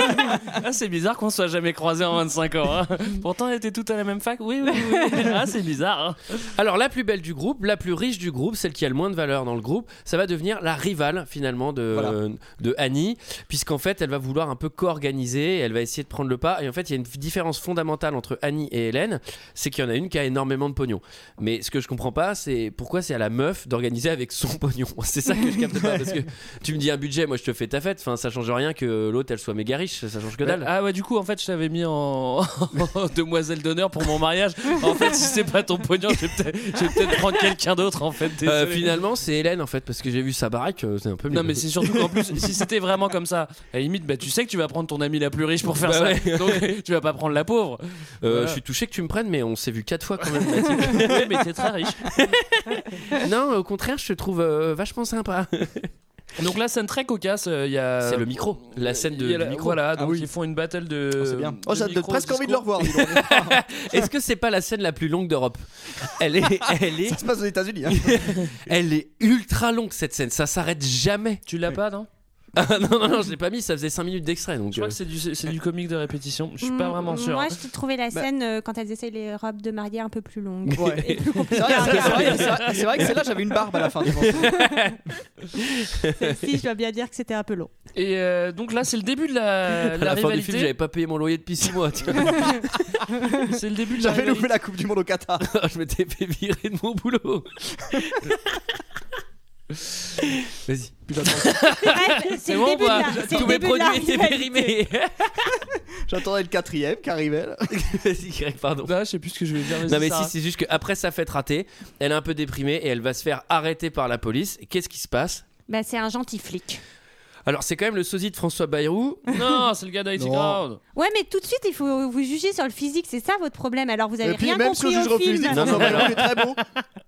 K: Ah, c'est bizarre qu'on soit jamais croisés en 25 ans. hein. Pourtant, on était toutes à la même fac. Oui, oui, oui. Ah, c'est bizarre.
A: Alors la plus belle du groupe, la plus riche du groupe, celle qui a le moins de valeur dans le groupe, ça va devenir la rivale finalement de, de Annie, puisqu'en fait elle va vouloir un peu co-organiser, elle va essayer de prendre le pas, et en fait il y a une différence fondamentale entre Annie et Hélène, c'est qu'il y en a une qui a énormément de pognon. Mais ce que je comprends pas, c'est pourquoi c'est à la meuf d'organiser avec son pognon. C'est ça que je capte pas, parce que tu me dis un budget, moi je te fais ta fête, enfin ça change rien que l'autre elle soit méga riche, ça change que dalle.
K: Ah ouais, du coup, en fait, je t'avais mis en en demoiselle d'honneur pour mon mariage. En fait, si c'est pas ton pognon, je vais peut-être je vais peut-être prendre quelqu'un d'autre, en fait.
A: Euh,
K: désolé.
A: finalement c'est Hélène en fait, parce que j'ai vu sa baraque, euh, c'est un peu mieux.
K: Non mais c'est surtout qu'en plus si c'était vraiment comme ça, à la limite bah tu sais que tu vas prendre ton ami la plus riche pour faire
A: Bah
K: ça.
A: ouais.
K: Donc tu vas pas prendre la pauvre.
A: Euh,
K: Voilà.
A: Je suis touché que tu me prennes, mais on s'est vu quatre fois quand même.
K: Ouais, mais t'es très riche.
A: non, au contraire, je te trouve euh, vachement sympa.
K: Donc la scène très cocasse, euh, il y a
A: C'est le micro, la scène de-
K: il y a la-
A: du micro.
K: Voilà, donc
A: Ah oui.
K: ils font une battle de C'est bien.
G: Oh, j'ai presque envie de le revoir. dis donc.
A: Est-ce que c'est pas la scène la plus longue d'Europe Elle est, elle est.
G: Ça se passe aux États-Unis. hein.
A: elle est ultra longue cette scène, ça s'arrête jamais.
K: Tu l'as pas, non
A: ah, non, non, non, je l'ai pas mis, ça faisait 5 minutes d'extrait. Donc, euh, je crois
K: que c'est du, c'est du comique de répétition, je suis pas vraiment sûr.
F: Mm. Moi, je trouvais la
K: Bah.
F: scène euh, quand elles essayent les robes de mariée un peu plus longues.
G: Ouais.
F: Et plus compliquées
G: C'est vrai,
F: à
G: c'est vrai,
F: regarder.
G: c'est vrai, c'est vrai que celle-là, j'avais une barbe à la fin du morceau.
F: Celle-ci, je dois bien dire que c'était un peu long.
K: Et euh, donc là, c'est le début de la,
A: À
K: la
A: la fin du
K: rivalité.
A: film, j'avais pas payé mon loyer depuis 6 mois. tu vois.
K: c'est le début de la
G: J'avais
K: rivalité.
G: loupé la Coupe du Monde au Qatar.
A: je m'étais fait virer de mon boulot. Vas-y.
F: Bref, c'est
A: C'est
F: le
A: bon,
F: début de
A: bah,
F: la- c'est le
A: tous mes
F: début de la
A: produits étaient
F: rivalité.
A: périmés.
G: J'attendais le quatrième qui arrivait. là.
A: Vas-y, Greg, pardon.
K: Non, Bah, je sais plus ce que je vais dire.
A: Non mais si c'est juste qu'après sa fête ratée, elle est un peu déprimée et elle va se faire arrêter par la police. Et qu'est-ce qui se passe
F: Bah, c'est un gentil flic.
A: Alors c'est quand même le sosie de François Bayrou.
K: Non, c'est le gars d'IT
A: Non.
K: Crowd.
F: Ouais, mais tout de suite, il faut vous juger sur le physique, c'est ça votre problème. Alors, vous avez
G: Et puis,
F: rien
G: même si on
F: compris au
G: juge
F: film.
G: physique, François Bayrou est très beau.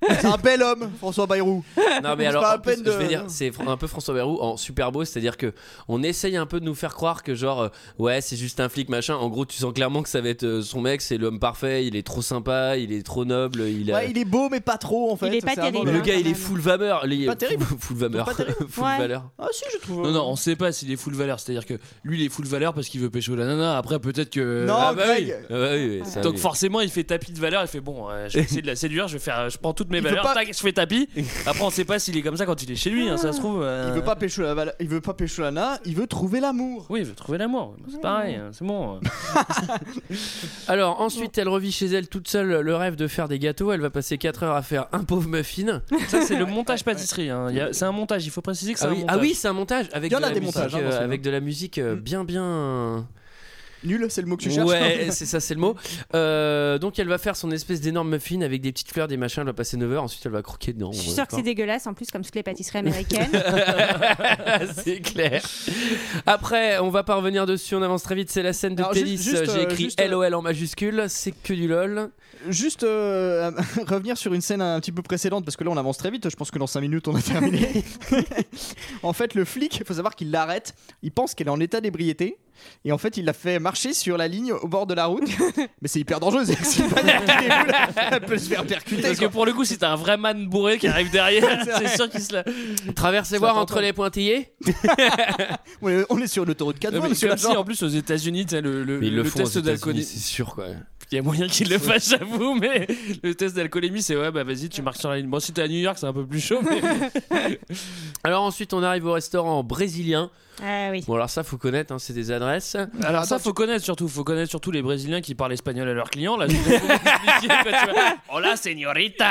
G: C'est un bel homme, François Bayrou.
A: Non mais
G: C'est
A: alors
G: pas à
A: en plus,
G: peine
A: je veux
G: de-
A: dire c'est fr- un peu François Bayrou en super beau, c'est-à-dire que on essaye un peu de nous faire croire que genre euh, ouais c'est juste un flic machin. En gros tu sens clairement que ça va être euh, son mec, c'est l'homme parfait, il est trop sympa, il est trop noble, il a.
G: Ouais, il est beau, mais pas trop en fait.
F: Il est pas
G: C'est vraiment
F: terrible,
A: Mais
G: le-
A: le gars il est full valeur, il est
G: Pas terrible.
A: full, full valeur, full
F: Ouais.
A: valeur.
G: Ah si, je trouve.
K: Non, non, on sait pas s'il est full valeur. C'est-à-dire que lui, il est full valeur parce qu'il veut pécho la nana. Après, peut-être que.
G: Non,
K: Ah bah oui.
G: Greg.
A: Ah bah oui, oui, ça,
K: Donc
A: oui.
K: forcément, il fait tapis de valeur. Il fait bon, euh, je vais essayer de la séduire. Je vais faire, je prends toutes mes
G: Il veut
K: valeurs.
G: pas-
K: Tac, je fais tapis. Après, on sait pas s'il est comme ça quand il est chez lui. hein, ça se trouve. euh,
G: Il veut pas pécho la val- il veut pas pécho la nana, il veut trouver l'amour.
K: Oui, il veut trouver l'amour. C'est pareil. hein, C'est bon.
A: Alors ensuite, elle revit chez elle toute seule le rêve de faire des gâteaux. Elle va passer 4 heures à faire un pauvre muffin.
K: ça, c'est le montage pâtisserie. hein. Il y a- C'est un montage. Il faut préciser que c'est
A: Ah
K: un
A: oui,
K: montage.
A: ah oui, c'est un montage avec
G: Il y en
A: de
G: a
A: la
G: des
A: musique,
G: montages, hein,
A: euh,
G: dans ce film.
A: avec de la musique euh, bien bien.
G: Nul, c'est le mot que tu cherches.
A: Ouais, c'est ça, c'est le mot. Euh, donc elle va faire son espèce d'énorme muffin avec des petites fleurs, des machins. Elle va passer 9 heures. Ensuite, elle va croquer dedans.
F: Je suis sûre que c'est dégueulasse, en plus, comme toutes les pâtisseries américaines.
A: c'est clair. Après, on va pas revenir dessus, on avance très vite. C'est la scène de
G: Alors, juste-
A: Télis.
G: juste,
A: J'ai
G: euh,
A: écrit
G: juste, euh,
A: LOL en majuscule, c'est que du LOL.
G: Juste euh, revenir sur une scène un petit peu précédente parce que là on avance très vite, je pense que dans 5 minutes on a terminé. en fait, le flic, il faut savoir qu'il l'arrête, il pense qu'elle est en état d'ébriété et en fait, il la fait marcher sur la ligne au bord de la route. Mais c'est hyper dangereux, c'est c'est pas une qui déboule, elle peut se faire percuter.
K: Parce que
G: quoi.
K: pour le coup, si t'as un vrai man bourré qui arrive derrière, c'est sûr qu'il se la.
A: Traverse les
G: Ça
A: voir
G: t'entend.
A: entre les pointillés.
G: On est- On est sur l'autoroute 4
K: Comme
G: monsieur
K: si
G: l'agent.
K: en plus aux États-Unis, t'as le, le,
A: Mais ils
K: le
A: le font aux
K: test
A: États-Unis,
K: d'alcoolisme.
A: c'est sûr quoi.
K: Il y a moyen qu'il le fasse, j'avoue, mais le test d'alcoolémie, c'est ouais, bah vas-y, tu marques sur la ligne. Bon, si t'es à New York, c'est un peu plus chaud, mais.
A: Alors ensuite, on arrive au restaurant brésilien.
F: Ah oui.
A: Bon, alors ça, faut connaître, hein, c'est des adresses.
K: Alors ça, faut connaître surtout. Faut connaître surtout les Brésiliens qui parlent espagnol à leurs clients. Là, tu dois pouvoir expliquer, quoi, tu vois. Hola, señorita.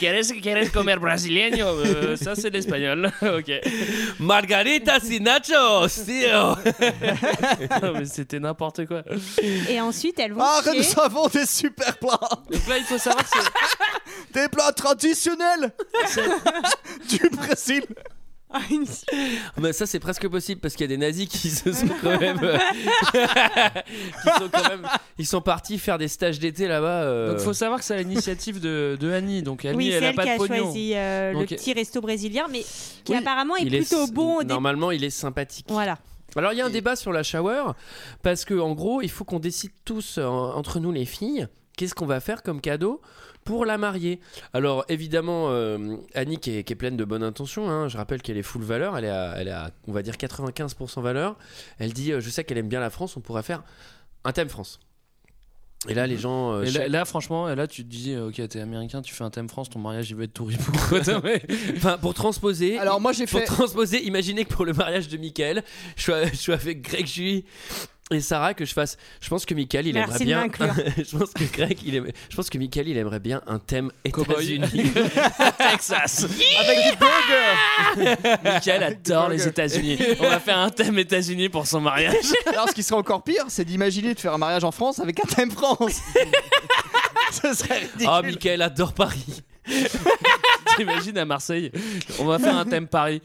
K: ¿Quieres, quieres comer brasileño? Euh, ça, c'est l'espagnol. ok.
A: Margarita Sinacho,
K: Non, mais c'était n'importe quoi.
F: Et ensuite, elles vont
G: Ah,
F: chez...
G: nous avons des super plats
K: Donc là, il faut savoir que c'est.
G: Des plats traditionnels Du Brésil
F: Ah,
A: Ah, Mais ça, c'est presque possible parce qu'il y a des nazis qui se sont quand même. euh, qui sont quand même- Ils sont partis faire des stages d'été là-bas. euh.
K: Donc faut savoir que c'est à l'initiative de, de Annie. Donc Annie,
F: oui, c'est
K: elle a
F: elle
K: pas
F: qui
K: de
F: a
K: pognon.
F: choisi euh, le
K: Donc-
F: petit resto brésilien, mais qui
A: Oui,
F: apparemment est
A: Il est-
F: plutôt bon au début.
A: Normalement, il est sympathique.
F: Voilà.
A: Alors, il y a un débat sur la shower parce que en gros, il faut qu'on décide tous euh, entre nous les filles qu'est-ce qu'on va faire comme cadeau pour la mariée Alors évidemment, euh, Annie qui est, qui est pleine de bonnes intentions, hein, je rappelle qu'elle est full valeur, elle est, à, elle est à, on va dire 95% valeur, elle dit, euh, je sais qu'elle aime bien la France, on pourrait faire un thème France. Et là, les gens... euh,
K: Et là,
A: cher-
K: là, franchement, là, tu te dis, euh, ok, t'es américain, tu fais un thème France, ton mariage, il va être tout ripou. quoi, t'as- mais-
A: Enfin, pour transposer.
G: Alors, moi, j'ai
A: Pour
G: fait-
A: transposer, imaginez que pour le mariage de Michael, je sois, je sois avec Greg Juy et Sarah que je fasse. Je pense que Michael, il
F: Merci de
A: aimerait bien.
F: m'inclure.
A: je pense que Greg, il aime- Je pense que Michael, il aimerait bien un thème États-Unis.
K: Texas.
G: Avec du burger
K: Michael adore les États-Unis. On va faire un thème États-Unis pour son mariage.
G: Alors, ce qui serait encore pire, c'est d'imaginer de faire un mariage en France avec un thème France. ce serait ridicule.
K: Ah,
A: oh, Michael adore Paris.
K: T'imagines à Marseille, on va faire un thème Paris.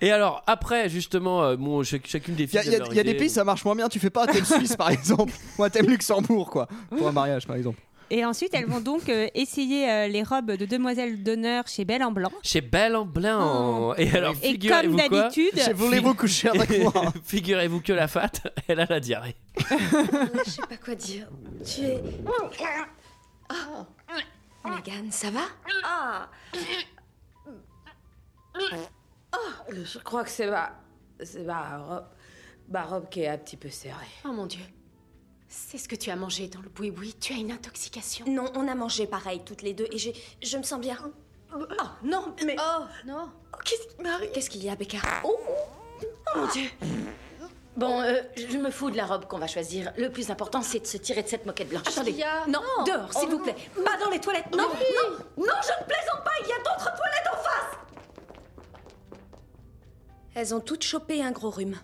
A: Et alors, après, justement, euh, bon, chac- chacune des
G: Il y
A: filles.
G: a, y a-
A: donne leur
G: y a des
A: idée,
G: pays, ça marche moins bien. Tu fais pas un thème Suisse, par exemple, ou un thème Luxembourg, quoi, pour un mariage, par exemple.
F: Et ensuite, elles vont donc euh, essayer euh, les robes de demoiselle d'honneur chez Belle en Blanc.
A: Chez Belle en Blanc.
F: Oh.
A: Et alors,
F: Et
A: figurez-vous
F: comme
A: quoi
F: d'habitude- Chez voulez-vous coucher avec moi
A: Figurez-vous que la fat, elle a la diarrhée.
J: Je sais pas quoi dire. Tu es. Oh. Megan, ça va
M: Ah. Oh, je crois que c'est ma. C'est ma robe. Ma robe qui est un petit peu serrée.
J: Oh mon dieu. C'est ce que tu as mangé dans le boui-boui. Tu as une intoxication. Non, on a mangé pareil toutes les deux et j'ai, je me sens bien. Oh
M: Ah,
J: non, mais. Oh non. Qu'est-ce qui m'arrive Qu'est-ce qu'il y a, Becca
M: Ah.
J: Oh, mon dieu.
M: Bon, euh, je me fous de la robe qu'on va choisir. Le plus important, c'est de se tirer de cette moquette blanche. Attendez. Non, dehors, s'il vous plaît. Pas dans les toilettes. Oh. Non, non, non, je ne plaisante pas. Il y a d'autres toilettes en face.
J: Elles ont toutes chopé un gros rhume.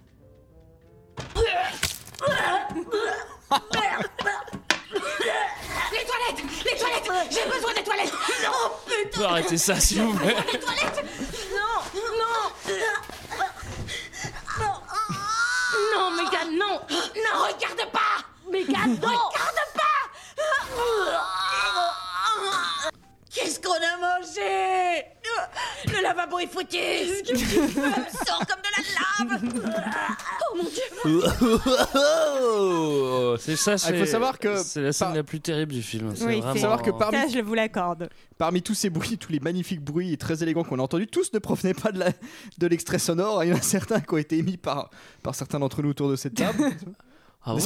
M: Les toilettes Les toilettes J'ai besoin des toilettes Non, putain
K: On peut arrêter ça, s'il vous plaît.
M: Les toilettes Non Non Non, Megan, non Non, regarde pas Megan, non Regarde pas Qu'est-ce qu'on a mangé Ah, Le lavabo est foutu Ça me sort comme de la lave Oh mon dieu
K: Oh, C'est ça,
G: Ah,
K: c'est.
G: il faut savoir que
K: C'est la scène la plus terrible du film. c'est
G: Oui,
K: vraiment-
G: faut savoir que parmi-
F: Ça, je vous l'accorde.
G: Parmi tous ces bruits, tous les magnifiques bruits et très élégants qu'on a entendus, tous ne provenaient pas de la- de l'extrait sonore. Il y en a certains qui ont été émis par, par certains d'entre nous autour de cette table.
K: Ah
G: ouais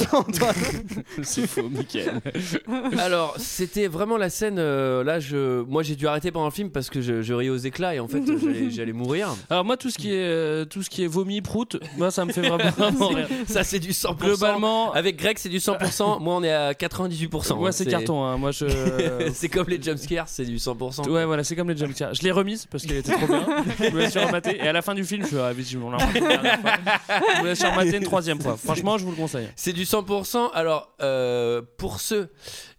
K: C'est faux, Michael.
A: Alors, c'était vraiment la scène. euh, là, je, moi, j'ai dû arrêter pendant le film parce que je, je riais aux éclats et en fait, euh, j'allais- j'allais mourir.
K: Alors moi tout ce qui est euh, tout ce qui est vomi prout, moi ça me fait
A: Ah,
K: vraiment rire.
A: Ça, c'est du 100%.
K: Globalement-
A: avec Greg, c'est du 100%. moi, on est à 98%.
K: Moi c'est carton hein. Moi je
A: c'est comme les jumpscares, c'est du 100%.
K: Ouais voilà, c'est comme les jumpscares. Je l'ai remise parce qu'elle était trop bien. Je me la suis rematée et à la fin du film, je suis ah, effectivement, on l'a rematée une dernière fois. Je me la suis rematée une troisième fois. Franchement, je vous le conseille.
A: C'est du 100%. Alors, euh, pour ceux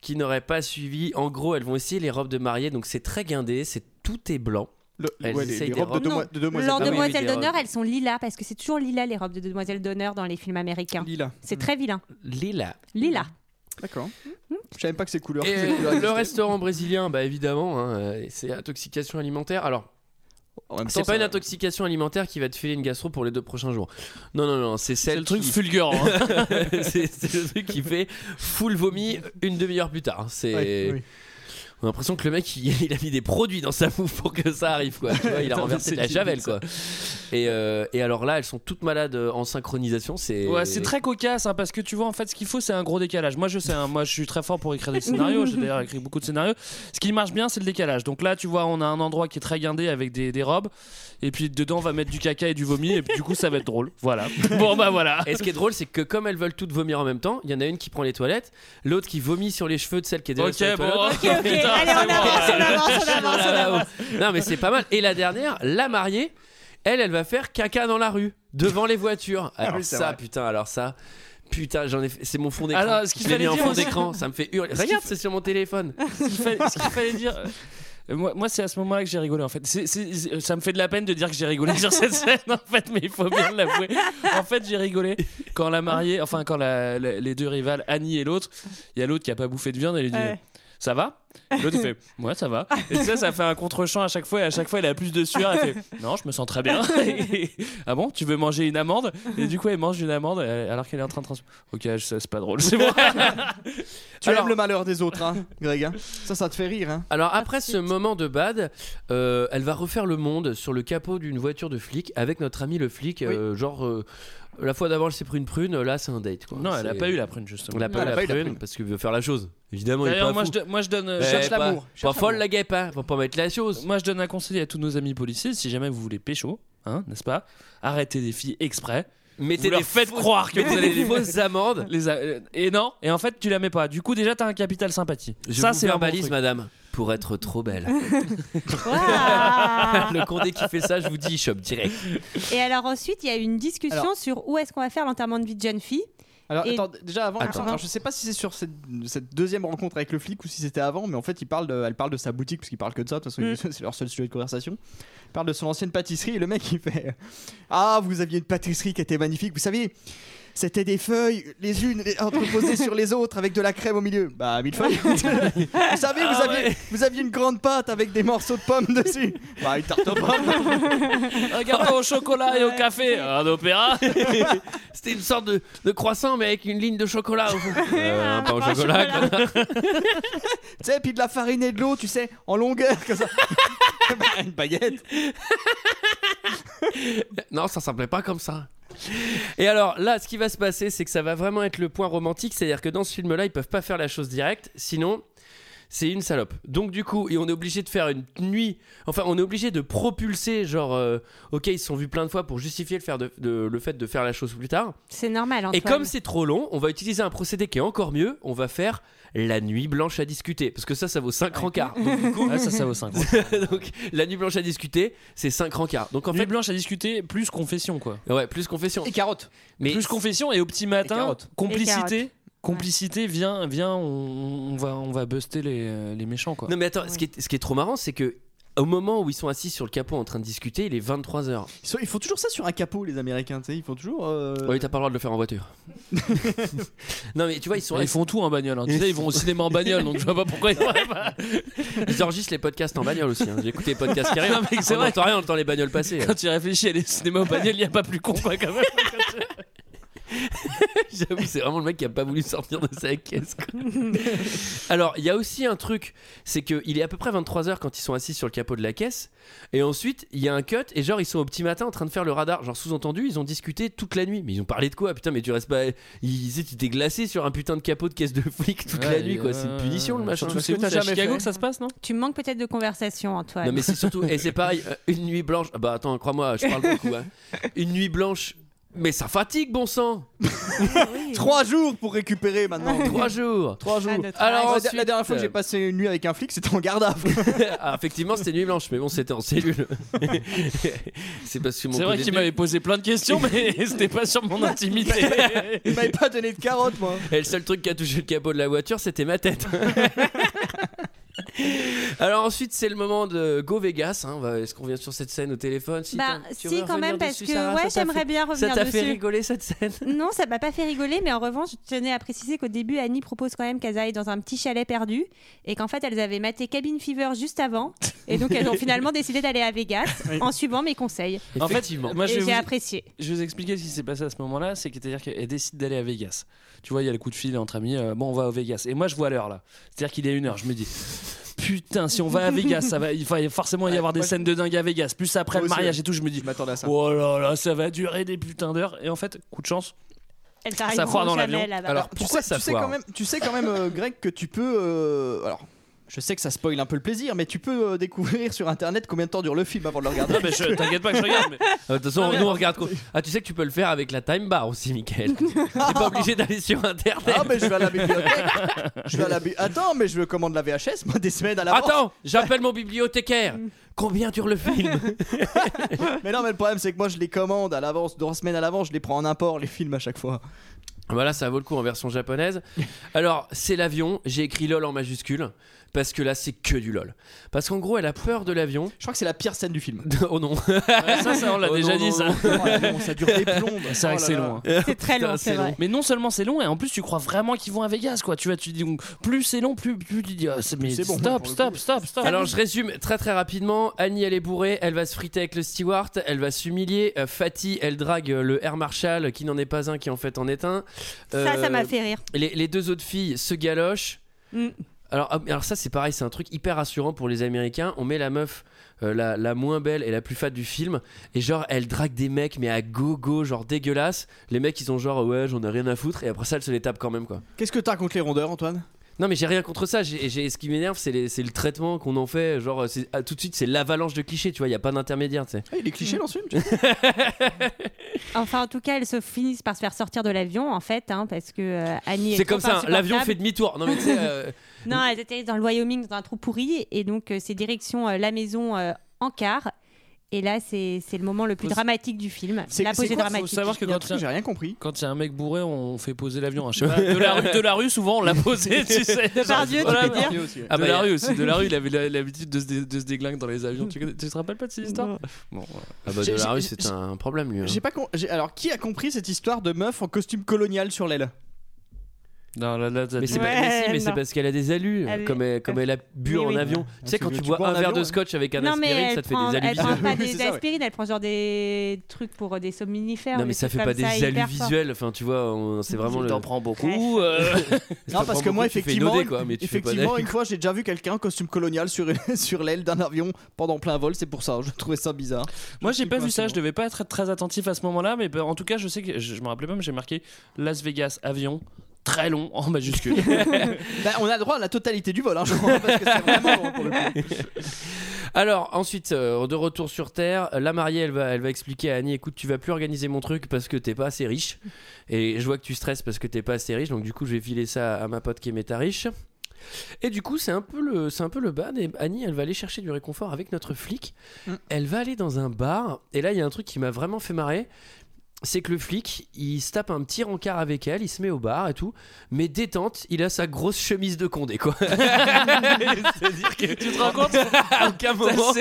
A: qui n'auraient pas suivi, en gros, elles vont essayer les robes de mariée. Donc, c'est très guindé, c'est tout est blanc. Elles
G: ouais, les-
A: essayent
G: les
A: des
G: robes de
A: robes-
G: demoi- de demoiselles
A: Ah
F: Leurs
A: oui, oui, des
F: demoiselles
A: robes.
F: d'honneur, elles sont lilas parce que c'est toujours lilas les robes de demoiselles d'honneur dans les films américains.
G: Lilas.
F: C'est très vilain.
A: Lila.
F: Lilas.
G: D'accord. Je savais pas que ces couleurs.
A: Et euh,
G: ces couleurs
A: le
G: existaient.
A: restaurant brésilien, bah évidemment, hein, euh, c'est intoxication alimentaire. Alors,
K: Ah,
G: En même temps,
A: c'est pas
G: ça-
A: une intoxication alimentaire qui va te filer une gastro pour les deux prochains jours. Non, non, non, c'est celle.
K: C'est le truc
A: qui-
K: fulgurant. hein.
A: c'est c'est le truc qui fait full vomi une demi-heure plus tard. hein. C'est.
K: Ouais, oui.
A: On a l'impression que le mec il, il a mis des produits dans sa bouffe pour que ça arrive quoi. Tu vois, il a
K: Attends,
A: renversé de la
K: c'est
A: javel
K: débile,
A: quoi. Et, euh, et alors là elles sont toutes malades euh, en synchronisation. C'est
K: Ouais, c'est très cocasse hein, parce que tu vois en fait ce qu'il faut c'est un gros décalage. Moi je sais, hein, moi je suis très fort pour écrire des scénarios, j'ai d'ailleurs écrit beaucoup de scénarios. Ce qui marche bien c'est le décalage. Donc là tu vois on a un endroit qui est très guindé avec des, des robes et puis dedans on va mettre du caca et du vomi et puis, du coup ça va être drôle. Voilà. Bon bah voilà.
A: Et ce qui est drôle, c'est que comme elles veulent toutes vomir en même temps, il y en a une qui prend les toilettes, l'autre qui vomit sur les cheveux de celle qui est déjà
K: Ok,
A: sur les
K: bon.
A: toilettes.
K: Ok, ok, Putain, allez, on c'est bon. avance, on avance, on avance, on avance.
A: Non, mais c'est pas mal. Et la dernière, la mariée, elle, elle va faire caca dans la rue, devant les voitures. Alors
K: Ah oui, c'est
A: ça,
K: vrai.
A: putain, alors ça. Putain, j'en ai fait- c'est mon fond d'écran.
K: Alors, ce qu'il
A: Je l'ai mis
K: fallait
A: en
K: dire
A: fond
K: aussi-
A: d'écran, ça me fait hurler.
K: Ce qu'il
A: Regarde, c'est sur mon téléphone.
K: ce qu'il fallait, ce qu'il fallait dire. euh, Moi, moi, c'est à ce moment-là que j'ai rigolé en fait. C'est- c'est- c'est- ça me fait de la peine de dire que j'ai rigolé sur cette scène en fait, mais il faut bien l'avouer. En fait, j'ai rigolé quand la mariée, enfin quand la- la- les deux rivales, Annie et l'autre, il y a l'autre qui a pas bouffé de viande, elle lui dit.
A: Ouais.
K: ça va L'autre il fait Ouais, ça va. Et ça, ça fait un contre-champ à chaque fois. Et à chaque fois, elle a plus de sueur. Elle fait Non, je me sens très bien. Et- ah bon Tu veux manger une amande Et du coup, elle mange une amande euh, alors qu'elle est en train de trans. Ok, je sais, c'est pas drôle. C'est bon.
G: Tu aimes le malheur des autres, hein, Greg. hein. ça, ça te fait rire. Hein.
A: Alors après ce moment de bad, euh, elle va refaire le monde sur le capot d'une voiture de flic avec notre ami le flic. euh, genre euh, la fois d'avant elle s'est pris une prune, là c'est un date quoi.
K: Non, elle a
A: C'est-
K: pas eu la prune, justement.
A: Elle a pas,
K: Non,
A: eu, la prune parce qu'il veut faire la chose. Évidemment, il est
K: D'ailleurs,
A: pas
K: moi,
A: fou.
K: je do- moi, je donne. euh,
A: Eh, pas- Pas folle la guêpe, hein. Faut pas mettre la chose.
K: Moi, je donne un conseil à tous nos amis policiers si jamais vous voulez pécho, hein, n'est-ce pas Arrêtez des filles exprès.
A: Mettez
K: vous leur
A: des
K: faites
A: fausses-
K: croire que
A: mettez
K: vous allez
A: des
K: les
A: fausses amendes.
K: Les a- euh, Et non, et en fait, tu la mets pas. Du coup, déjà, t'as un capital sympathie.
A: Je
K: Ça,
A: vous
K: c'est un bon
A: verbalise,
K: truc.
A: madame, pour être trop belle. le condé qui fait ça, je vous dis, il chope direct.
F: Et alors ensuite, il y a eu une discussion
G: Alors-
F: sur où est-ce qu'on va faire l'enterrement de vie de jeune fille.
G: Alors,
F: Et-
G: attends, déjà avant,
F: Attends.
G: alors, je sais pas si c'est sur cette, cette deuxième rencontre avec le flic ou si c'était avant, mais en fait, il parle de, elle parle de sa boutique, parce qu'il parle que de ça, de toute façon,
F: Mm.
G: c'est leur seul sujet de conversation. Il parle de son ancienne pâtisserie, et le mec, il fait euh, Ah, vous aviez une pâtisserie qui était magnifique, vous savez, c'était des feuilles, les unes les- entreposées sur les autres, avec de la crème au milieu. Bah, mille feuilles Vous savez, vous,
K: Ah
G: aviez, vous aviez une grande pâte avec des morceaux de pommes dessus. Bah, une tarte aux pommes
K: Regarde au chocolat et au café, un opéra.
A: C'était une sorte de, de croissant, mais avec une ligne de chocolat au fond. Euh, un pain au
G: Pain au
A: chocolat.
G: chocolat.
A: connard.
G: Tu sais, puis de la farine et de l'eau, tu sais, en longueur, comme ça. Bah, une baguette.
A: non, ça semblait pas comme ça. Et alors là, ce qui va se passer, c'est que ça va vraiment être le point romantique, c'est-à-dire que dans ce film-là, ils peuvent pas faire la chose directe, sinon c'est une salope. Donc du coup, et on est obligé de faire une nuit, enfin on est obligé de propulser, genre, euh, ok, ils se sont vus plein de fois pour justifier le, faire de- de- le fait de faire la chose plus tard.
F: C'est normal. Antoine.
A: Et comme c'est trop long, on va utiliser un procédé qui est encore mieux, on va faire la nuit blanche à discuter, parce que ça, ça vaut 5 rencarts. Donc, du coup,
K: Ah, ça, ça vaut cinq
A: Donc la nuit blanche à discuter, c'est 5 rencarts. Donc en
K: Nuit
A: fait...
K: blanche à discuter, plus confession, quoi.
A: Ouais, plus confession.
G: Et carottes.
A: Mais
K: Plus confession et au petit matin,
A: carottes.
F: Et carottes.
K: complicité.
F: Ouais.
K: Complicité, viens, viens, on, on va, on va buster les, euh, les méchants, quoi.
A: Non mais attends, ce, qui est, ce qui est trop marrant, c'est que au moment où ils sont assis sur le capot en train de discuter, il est 23h.
G: Ils, sont- ils font toujours ça sur un capot, les Américains, tu sais. Ils font toujours. euh,
A: Oui, t'as pas le droit de le faire en voiture. non mais tu vois, ils sont
K: Ils font tout en bagnole. hein. Tu sais, ils vont au cinéma en bagnole, donc je vois pas pourquoi ils pourraient pas.
A: Ils enregistrent les podcasts en bagnole aussi. hein. J'ai écouté les podcasts carrés.
K: Non, mais c'est
A: on
K: vrai.
A: n'entend rien, on entend les bagnoles passer. hein.
K: Quand tu réfléchis à les cinémas au bagnole, il n'y a pas plus con, quoi, quand même.
A: J'avoue, c'est vraiment le mec qui a pas voulu sortir de sa caisse. quoi. Alors, il y a aussi un truc, c'est que il est à peu près 23h quand ils sont assis sur le capot de la caisse, et ensuite il y a un cut, et genre ils sont au petit matin en train de faire le radar. Genre, sous-entendu, ils ont discuté toute la nuit. Mais ils ont parlé de quoi Putain, mais tu restes pas. Ils ils étaient tu t'es glacé sur un putain de capot de caisse de flic toute la
K: Ouais,
A: nuit, quoi.
K: ouais,
A: c'est une
K: ouais,
A: punition, le
K: ouais.
A: machin.
K: Surtout que c'est où, c'est à Chicago que ça se passe, non
F: Tu manques peut-être de conversation, Antoine.
A: non mais c'est surtout et c'est pareil euh, une nuit blanche ah bah attends crois-moi je parle beaucoup hein. une nuit blanche mais ça fatigue bon sang
G: Trois jours pour récupérer maintenant.
A: trois jours
G: Trois jours.
F: Ah,
A: Alors
G: la,
A: ensuite,
G: la dernière fois que j'ai
A: euh,
G: passé une nuit avec un flic, c'était en garde à vue.
A: Ah, effectivement, c'était nuit blanche, mais bon, c'était en cellule. c'est parce que mon
K: C'est vrai
A: collègue-
K: qu'il m'avait posé plein de questions, mais c'était pas sur mon intimité.
G: Il m'avait pas donné de carottes, moi.
A: Et le seul truc qui a touché le capot de la voiture, c'était ma tête. Alors ensuite, c'est le moment de Go Vegas. hein. On va- Est-ce qu'on vient sur cette scène au téléphone Si,
F: Bah,
A: t'as- tu
F: si,
A: veux
F: quand
A: revenir
F: même, parce
A: dessus,
F: que,
A: Sarah,
F: ouais,
A: ça t'a
F: j'aimerais
A: fait-
F: bien
A: Ça
F: revenir
A: t'a fait
F: dessus.
A: rigoler cette scène
F: Non, ça m'a pas fait rigoler, mais en revanche, je tenais à préciser qu'au début, Annie propose quand même qu'elles aillent dans un petit chalet perdu et qu'en fait, elles avaient maté Cabin Fever juste avant et donc elles ont finalement décidé d'aller à Vegas
K: Oui.
F: en suivant mes conseils.
K: En fait, moi, je
F: et j'ai
K: vais vous-
F: apprécié.
K: Je vais vous expliquer ce qui s'est passé à ce moment-là, c'est c'est-à-dire qu'elle décide d'aller à Vegas. Tu vois, il y a le coup de fil entre amis, euh, bon, on va à Vegas. Et moi, je vois l'heure là. C'est-à-dire qu'il est une heure, je me dis. Putain, si on va à Vegas, ça va, il va forcément y avoir des scènes de dingue à Vegas. Plus après
G: Moi
K: le
G: aussi,
K: mariage
G: ouais.
K: et tout, je me dis,
G: m'attendais à ça.
K: oh là là, ça va durer des putains d'heures. Et en fait, coup de chance,
F: Elles
K: ça
F: arriveront
K: foire dans
F: jamais
K: l'avion.
F: là-bas.
A: pourquoi
G: tu sais,
A: ça
G: tu sais
A: foire
G: quand même, tu sais quand même euh, Greg, que tu peux. euh, alors, je sais que ça spoil un peu le plaisir, mais tu peux euh, découvrir sur internet combien de temps dure le film avant de le regarder.
K: Ah, bah, je- t'inquiète pas que je regarde, mais.
A: Ah, De toute façon, nous on regarde. quoi. Ah, tu sais que tu peux le faire avec la time bar aussi, Michael. T'es pas obligé d'aller sur internet.
G: Ah,
K: bah,
G: mais je vais à la bibliothèque. je vais à la bi- Attends, mais je commande la VHS, moi, des semaines à l'avance.
A: Attends, j'appelle mon bibliothécaire.
F: Mm.
A: Combien dure le film
G: Mais non, mais le problème, c'est que moi, je les commande à l'avance, deux semaines à l'avance, je les prends en import, les films à chaque fois.
A: Voilà, ça vaut le coup en version japonaise. Alors, c'est l'avion, j'ai écrit LOL en majuscule, parce que là, c'est que du LOL. Parce qu'en gros, elle a peur de l'avion. Je
G: crois que c'est la pire scène du film.
A: oh non.
K: ça, ça, on l'a
A: Oh
K: déjà
A: non,
K: dit,
A: non,
K: ça.
A: non, non, non,
G: ça dure des plombes.
K: C'est
G: Oh
K: vrai
G: là
K: que c'est
G: là.
K: long. hein.
A: C'est très long, c'est vrai.
K: Mais non seulement c'est long, et en plus, tu crois vraiment qu'ils vont à Vegas, quoi. Tu vois, tu dis, donc, plus c'est long, plus, plus tu dis, ah, c'est- mais
A: C'est bon, pour
K: stop,
A: le
K: stop, stop, stop.
A: Alors je résume très très rapidement. Annie elle est bourrée, elle va se friter avec le steward, elle va s'humilier. Euh, Fatih elle drague euh, le air marshal qui n'en est pas un qui en fait en est un. Euh,
F: Ça, ça m'a fait rire.
A: Les, les deux autres filles se galochent.
F: Mm.
A: Alors, ah, alors ça c'est pareil, c'est un truc hyper rassurant pour les Américains. On met la meuf euh, la, la moins belle et la plus fat du film et genre elle drague des mecs mais à gogo genre dégueulasse. Les mecs ils ont genre ouais j'en ai rien à foutre et après ça elle se les tape quand même quoi.
G: Qu'est-ce que t'as contre les rondeurs, Antoine
A: Non mais j'ai rien contre ça, J'ai- j'ai- ce qui m'énerve c'est les- c'est le traitement qu'on en fait, genre c'est- ah, tout de suite c'est l'avalanche de clichés, tu vois, il n'y a pas d'intermédiaire, tu sais.
G: Ah, Il est cliché dans ce film.
F: Enfin, en tout cas, elles se finissent par se faire sortir de l'avion, en fait, hein, parce que euh, Annie. est
A: C'est comme
F: trop
A: ça, hein, l'avion
F: insupportable.
A: fait demi-tour. Non mais tu sais, euh,
F: Non, elles atterrissent dans le Wyoming, dans un trou pourri, et donc euh, c'est direction euh, la maison euh, en car. Et là, c'est c'est le moment le plus
K: Faut-
F: dramatique du film.
K: C'est-
F: La
K: c'est
F: posée
K: quoi
F: dramatique.
K: Faut savoir que quand
G: j'ai rien compris.
K: Quand il y a un mec bourré, on fait poser l'avion. hein. Je sais pas, de, la rue, de la rue, souvent, on l'a posé, tu sais.
F: Depardieu, tu peux dire.
K: Ah,
A: bah,
K: de la
A: il y a-
K: rue aussi. De la rue, il avait la- l'habitude de, se dé- de se déglinguer dans les avions. Tu, connais- tu te rappelles pas de cette histoire Bon,
A: Ah bah, de
G: J'ai-
A: la rue
G: j'ai-
A: c'est
G: j'ai-
A: un problème lui. hein.
G: J'ai pas con- j'ai- Alors, qui a compris cette histoire de meuf en costume colonial sur l'aile
K: Non, là, là,
A: Mais c'est pas- mais si, mais c'est parce qu'elle a des alus,
G: Elle-
A: comme elle, comme elle a bu
G: Oui,
A: en
G: oui.
A: avion.
G: Ah,
A: Tu sais, quand
G: tu
A: tu
G: bois
A: bois un
G: en
A: verre
G: avion,
A: de scotch avec un
F: non, mais
A: aspirine,
F: elle
A: ça te fait
F: prend,
A: des alus
F: elle prend pas
A: visuels.
F: des aspirines, elle prend genre des trucs pour euh, des somnifères.
A: Non
F: ou
A: mais ça
F: trucs
A: fait pas
F: comme
A: des alus
F: hyper forts.
A: visuels, enfin tu vois, on- c'est vraiment le.
K: T'en prends beaucoup. euh.
G: Non, parce que moi,
A: Tu fais
G: effectivement,
A: inauder, quoi, mais tu fais pas
G: effectivement
A: d'alus.
G: une fois, j'ai déjà vu quelqu'un en costume colonial sur, sur l'aile d'un avion pendant plein vol. C'est pour ça, je trouvais ça bizarre.
K: Moi, j'ai pas vu ça, je devais pas être très attentif à ce moment-là, mais bah, en tout cas, je sais que je, je me rappelais pas, mais j'ai marqué Las Vegas avion, très long en majuscule.
G: Bah, on a droit à la totalité du vol, hein, je crois, parce que c'est vraiment long pour le coup.
A: Alors ensuite, euh, de retour sur Terre, euh, la mariée, elle va, elle va expliquer à Annie, écoute, tu vas plus organiser mon truc parce que t'es pas assez riche. Et je vois que tu stresses parce que t'es pas assez riche, donc du coup, je vais filer ça à ma pote qui est méta riche. Et du coup, c'est un peu le, c'est un peu le bad. Et Annie, elle va aller chercher du réconfort avec notre flic. Elle va aller dans un bar. Et là, il y a un truc qui m'a vraiment fait marrer. C'est que le flic, il se tape un petit rencard avec elle, il se met au bar et tout, mais détente, il a sa grosse chemise de Condé quoi. C'est-à-dire que tu te rends compte à aucun moment.
K: CRS.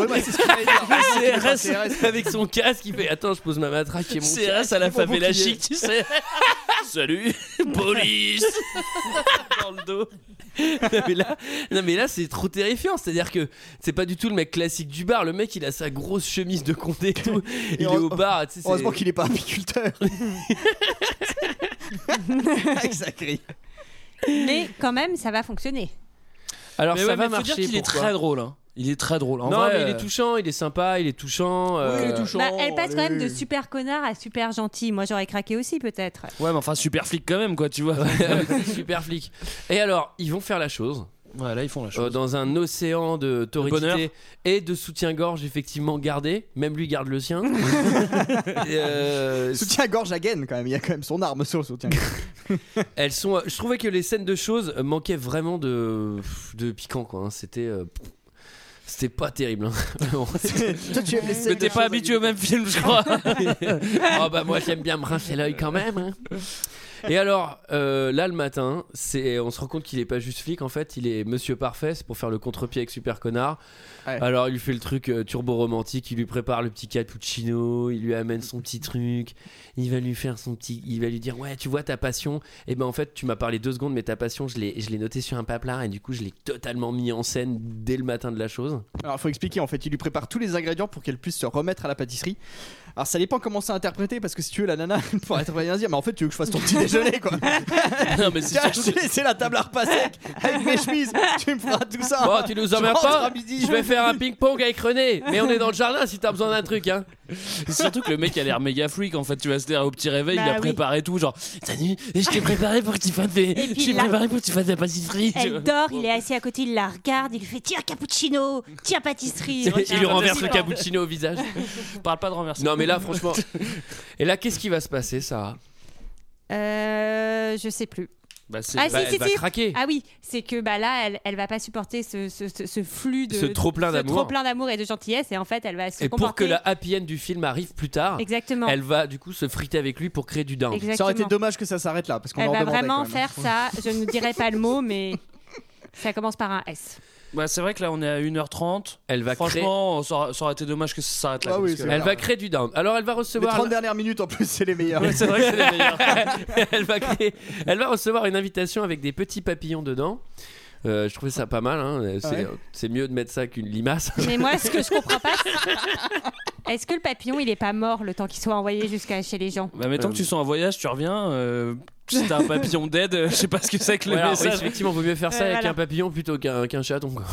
A: Ouais, bah, c'est ce que j'allais dire. CRS avec son casque, il fait attends, je pose ma matraque et mon
K: CRS à la favela chic, tu sais. Salut, police. Dans le dos.
A: non mais là, non, mais là, c'est trop terrifiant. C'est-à-dire que c'est pas du tout le mec classique du bar. Le mec, il a sa grosse chemise de Condé et tout. Il est au bar. tu sais, c'est-
G: Heureusement qu'il est pas apiculteur. Avec sa grille.
F: Mais quand même, ça va fonctionner.
A: Alors
K: Mais
A: ça
K: ouais,
A: va
K: mais faut dire
A: marcher.
K: qu'il est
A: pourquoi
K: très drôle. hein. Il est très drôle. En
A: non,
K: vrai,
A: mais il est
K: euh,
A: touchant, il est sympa, il est touchant. euh,
F: Bah, elle passe quand même de super connard à super gentil. Moi, j'aurais craqué aussi, peut-être.
K: Ouais, mais enfin, super flic quand même, quoi, tu vois.
A: euh, super flic. Et alors, ils vont faire la chose.
K: Ouais, là, ils font la chose.
A: Euh, dans un océan de
K: bonheur.
A: torridité et de soutien-gorge effectivement gardé. Même lui garde le sien. Et, euh,
G: Soutien-gorge à Gaine, quand même. Il y a quand même son arme sur le soutien-gorge.
A: elles sont. euh, Je trouvais que les scènes de choses euh, manquaient vraiment de de piquant quoi. hein. C'était euh, pff, c'était pas terrible. hein. Vraiment.
G: Toi, tu aimes les scènes
K: Mais t'es
G: de
K: pas
G: choses
K: habitué au même film, je crois.
A: oh bah moi j'aime bien me rincer l'œil quand même. hein. Et alors euh, là le matin, c'est on se rend compte qu'il est pas juste flic en fait, il est Monsieur Parfait, c'est pour faire le contre-pied avec Super Connard.
G: Ouais.
A: Alors il lui fait le truc euh, turbo romantique, il lui prépare le petit cappuccino, il lui amène son petit truc, il va lui faire son petit, il va lui dire ouais tu vois ta passion, et ben en fait tu m'as parlé deux secondes mais ta passion je l'ai je l'ai noté sur un paplard et du coup je l'ai totalement mis en scène dès le matin de la chose.
G: Alors, faut expliquer en fait, il lui prépare tous les ingrédients pour qu'elle puisse se remettre à la pâtisserie. Alors, ça dépend comment c'est interprété, parce que si tu veux, la nana elle pourrait être rien dire, mais en fait, tu veux que je fasse ton petit déjeuner quoi.
K: non, mais c'est
G: Tiens, je
K: surtout.
G: t'ai laissé la table à repas sec avec mes chemises, tu me feras tout ça.
A: Bon, tu nous
G: Je
A: emmerdes
G: rentre
A: pas.
G: à midi.
A: Je vais faire un ping-pong avec René. Mais on est dans le jardin si t'as besoin d'un truc. Hein.
K: C'est surtout que le mec a l'air méga freak en fait. Tu vas se dire au petit réveil,
F: Bah
K: il a
F: oui.
K: préparé tout. Genre, salut, je t'ai préparé pour que tu fasses des.
F: puis
K: Je t'ai
F: là- Eh
K: préparé pour que tu fasses de la pâtisserie. tu vois.
F: Elle dort, il est assis à côté, il la regarde, il lui fait Tiens, cappuccino Tiens, pâtisserie
A: Il lui renverse le cappuccino au visage.
K: Parle pas de renverser.
A: Non, mais là, franchement. Et là, qu'est-ce qui va se passer, Sarah
F: Euh, je sais plus.
K: Bah, c'est-
F: Ah
K: bah,
F: si, si,
K: elle va
F: si.
K: craquer.
F: Ah oui, c'est que bah là, elle, elle va pas supporter ce, ce- ce- ce flux de
A: Ce trop-plein d'amour.
F: trop-plein d'amour et de gentillesse, et en fait, elle va se
A: Et pour que
F: comporter.
A: la happy end du film arrive plus tard,
F: Exactement.
A: elle va du coup se friter avec lui pour créer du down.
F: Exactement. Ça aurait été
G: dommage que ça s'arrête là, parce
F: Elle va vraiment
G: hein.
F: faire ça. Je ne dirai pas le mot, mais ça commence par un S.
K: Bah, c'est vrai que là, on est à 1h30.
A: Elle va créer.
K: Franchement, ça aura- ça aurait été dommage que ça s'arrête là.
A: Ah
K: parce
A: oui, c'est
K: que-
A: Elle vrai. va créer du down. Alors, elle va recevoir.
G: Les 30 dernières minutes en plus, c'est les meilleurs.
A: Ouais, c'est vrai que c'est les meilleurs. elle, va créer- elle va recevoir une invitation avec des petits papillons dedans. Euh, je trouvais ça pas mal. hein. C'est
F: Ouais.
A: c'est mieux de mettre ça qu'une limace.
F: Mais moi, ce que je comprends pas, c'est- est-ce que le papillon, il est pas mort le temps qu'il soit envoyé jusqu'à chez les gens
K: Bah, mettons que tu sois en voyage, tu reviens. Euh, si t'as un papillon d'aide, euh, je sais pas ce que c'est que le
A: Ouais, alors, oui,
K: message.
A: effectivement, vaut mieux faire ça
K: Ouais,
A: avec
K: voilà.
A: un papillon plutôt qu'un qu'un chaton. quoi.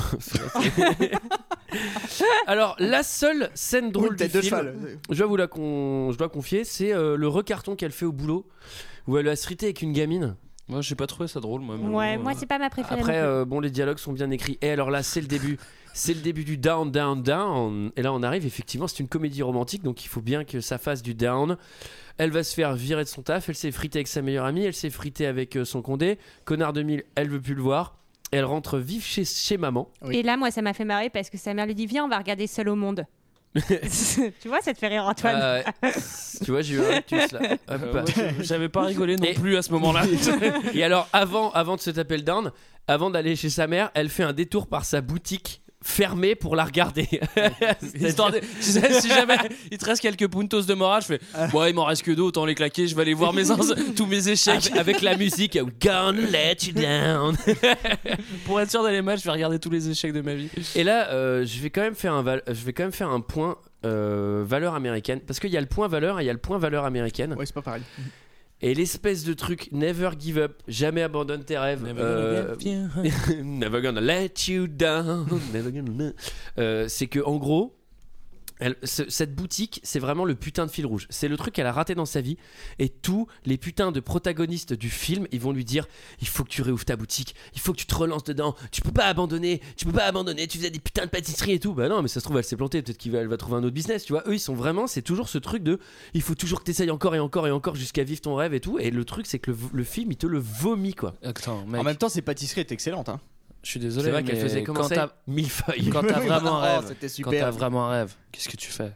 A: alors, la seule scène drôle
G: Ou
A: du
G: tête de
A: film,
G: cheval.
A: je dois vous la con- je dois confier, c'est euh, le recarton qu'elle fait au boulot où elle a strité avec une gamine.
K: Moi, j'ai pas trouvé ça drôle, moi. euh.
F: Ouais, moi, c'est pas ma préférée.
A: Après,
F: non plus.
A: euh, bon, les dialogues sont bien écrits. Et alors là, c'est le début. C'est le début du down, down, down. Et là, on arrive. Effectivement, c'est une comédie romantique, donc il faut bien que ça fasse du down. Elle va se faire virer de son taf. Elle s'est fritée avec sa meilleure amie. Elle s'est fritée avec euh, son condé. Connard 2000, elle veut plus le voir. Elle rentre vive chez, chez maman.
F: Et là, moi, ça m'a fait marrer parce que sa mère lui dit Viens, on va regarder Seul au monde. tu vois, ça te fait rire, Antoine.
A: Ah ouais. tu vois, j'ai eu un rictus là. Hop.
K: Euh, moi, j'ai- J'avais pas rigolé non plus à ce moment-là.
A: Et alors, avant, avant de se taper le down, avant d'aller chez sa mère, elle fait un détour par sa boutique fermée pour la regarder.
K: Histoire de- tu sais, si jamais il te reste quelques puntos de morale, je fais
A: Ah.
K: Ouais, il m'en reste que deux, autant les claquer, je vais aller voir mes ins- tous mes échecs.
A: Avec- avec la musique, I'm gonna let you down.
K: Pour être sûr d'aller mal, je vais regarder tous les échecs de ma vie.
A: Et là, euh, je vais quand même faire un, val- je vais quand même faire un point euh, valeur américaine parce qu'il y a le point valeur et il y a le point valeur américaine.
G: Ouais, c'est pas pareil.
A: Et l'espèce de truc Never give up, jamais abandonne tes rêves.
K: Never
A: euh,
K: gonna
A: never gonna let you down. never gonna- Euh, c'est que en gros. elle- ce- cette boutique, c'est vraiment le putain de fil rouge. C'est le truc qu'elle a raté dans sa vie. Et tous les putains de protagonistes du film, ils vont lui dire il faut que tu réouvres ta boutique, il faut que tu te relances dedans, tu peux pas abandonner, tu peux pas abandonner, tu faisais des putains de pâtisseries et tout. Bah non, mais ça se trouve, elle s'est plantée, peut-être qu'elle va, elle va trouver un autre business, tu vois. Eux, ils sont vraiment, c'est toujours ce truc de il faut toujours que t'essayes encore et encore et encore jusqu'à vivre ton rêve et tout. Et le truc, c'est que le, le film, il te le vomit, quoi.
K: Attends,
G: En même temps, ses pâtisseries étaient excellentes. Hein.
K: Je suis désolé.
A: C'est vrai qu'elle
K: mais
A: faisait comment
K: quand
A: ça
K: t'as-
A: Millefeuille.
K: Quand t'as vraiment un
A: Oh,
K: rêve,
A: c'était super.
K: quand t'as vraiment un rêve, qu'est-ce que tu fais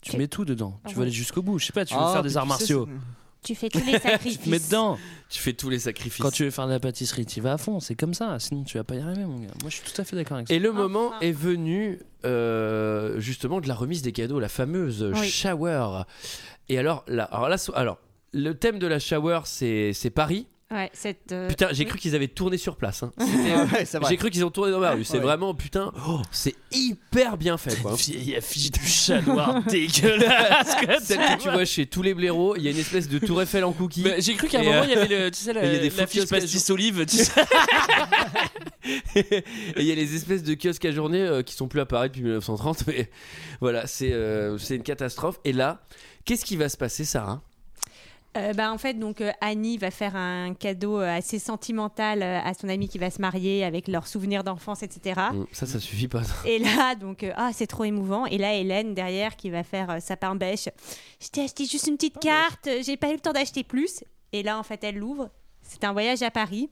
K: Tu mets tout dedans. Tu veux aller jusqu'au bout. Je sais pas. Tu veux
A: Ah,
K: faire
A: puis
K: des
A: tu
K: arts
A: sais,
K: martiaux.
A: Euh,
F: Tu fais tous les
K: tu te mets
F: sacrifices.
K: dedans.
A: Tu fais tous les sacrifices.
K: Quand tu veux faire de la pâtisserie, tu vas à fond. C'est comme ça. Sinon, tu vas pas y arriver, mon gars. Moi, je suis tout à fait d'accord avec ça.
A: Et le moment est venu euh, justement de la remise des cadeaux, la fameuse
K: Oui.
A: shower. Et alors là, alors là, so- alors le thème de la shower, c'est c'est Paris.
F: Ouais, cette. euh,
A: Putain, j'ai cru qu'ils avaient tourné sur place. hein. C'était-
G: Ouais, c'est vrai.
A: j'ai cru qu'ils ont tourné dans la rue. C'est
G: Ouais.
A: vraiment putain, oh, c'est hyper bien fait. Quoi.
K: vieille affiche du chat noir dégueulasse que
A: Celle
K: tu
A: que tu vois chez tous les blaireaux, il y a une espèce de tour Eiffel en cookie.
K: Mais j'ai cru qu'à un moment, euh, il y avait le- tu sais, la- l'affiche pastis olive. tu sais.
A: Et il y a les espèces de kiosques à journée euh, qui sont plus à Paris depuis 1930. Mais voilà, c'est euh, c'est une catastrophe. Et là, qu'est-ce qui va se passer, Sarah
F: euh, bah, en fait, donc euh, Annie va faire un cadeau euh, assez sentimental euh, à son amie qui va se marier avec leurs souvenirs d'enfance, etc.
K: Ah.
A: Hum, Ça, ça suffit pas. ça.
F: Et là, donc, euh, ah, c'est trop émouvant. Et là, Hélène, derrière, qui va faire euh, sa pain bêche. Je t'ai acheté juste une
K: Ah, bah,
F: petite carte, euh, j'ai pas eu le temps d'acheter plus. Et là, en fait, elle l'ouvre. C'est un voyage à Paris.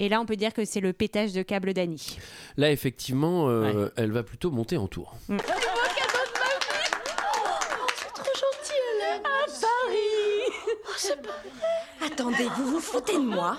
F: Et là, on peut dire que c'est le pétage de câble d'Annie.
A: Là, effectivement, euh, elle va plutôt monter en tour.
L: C'est trop gentil, Hélène. À Paris.
M: Oh, Attendez, vous vous foutez de moi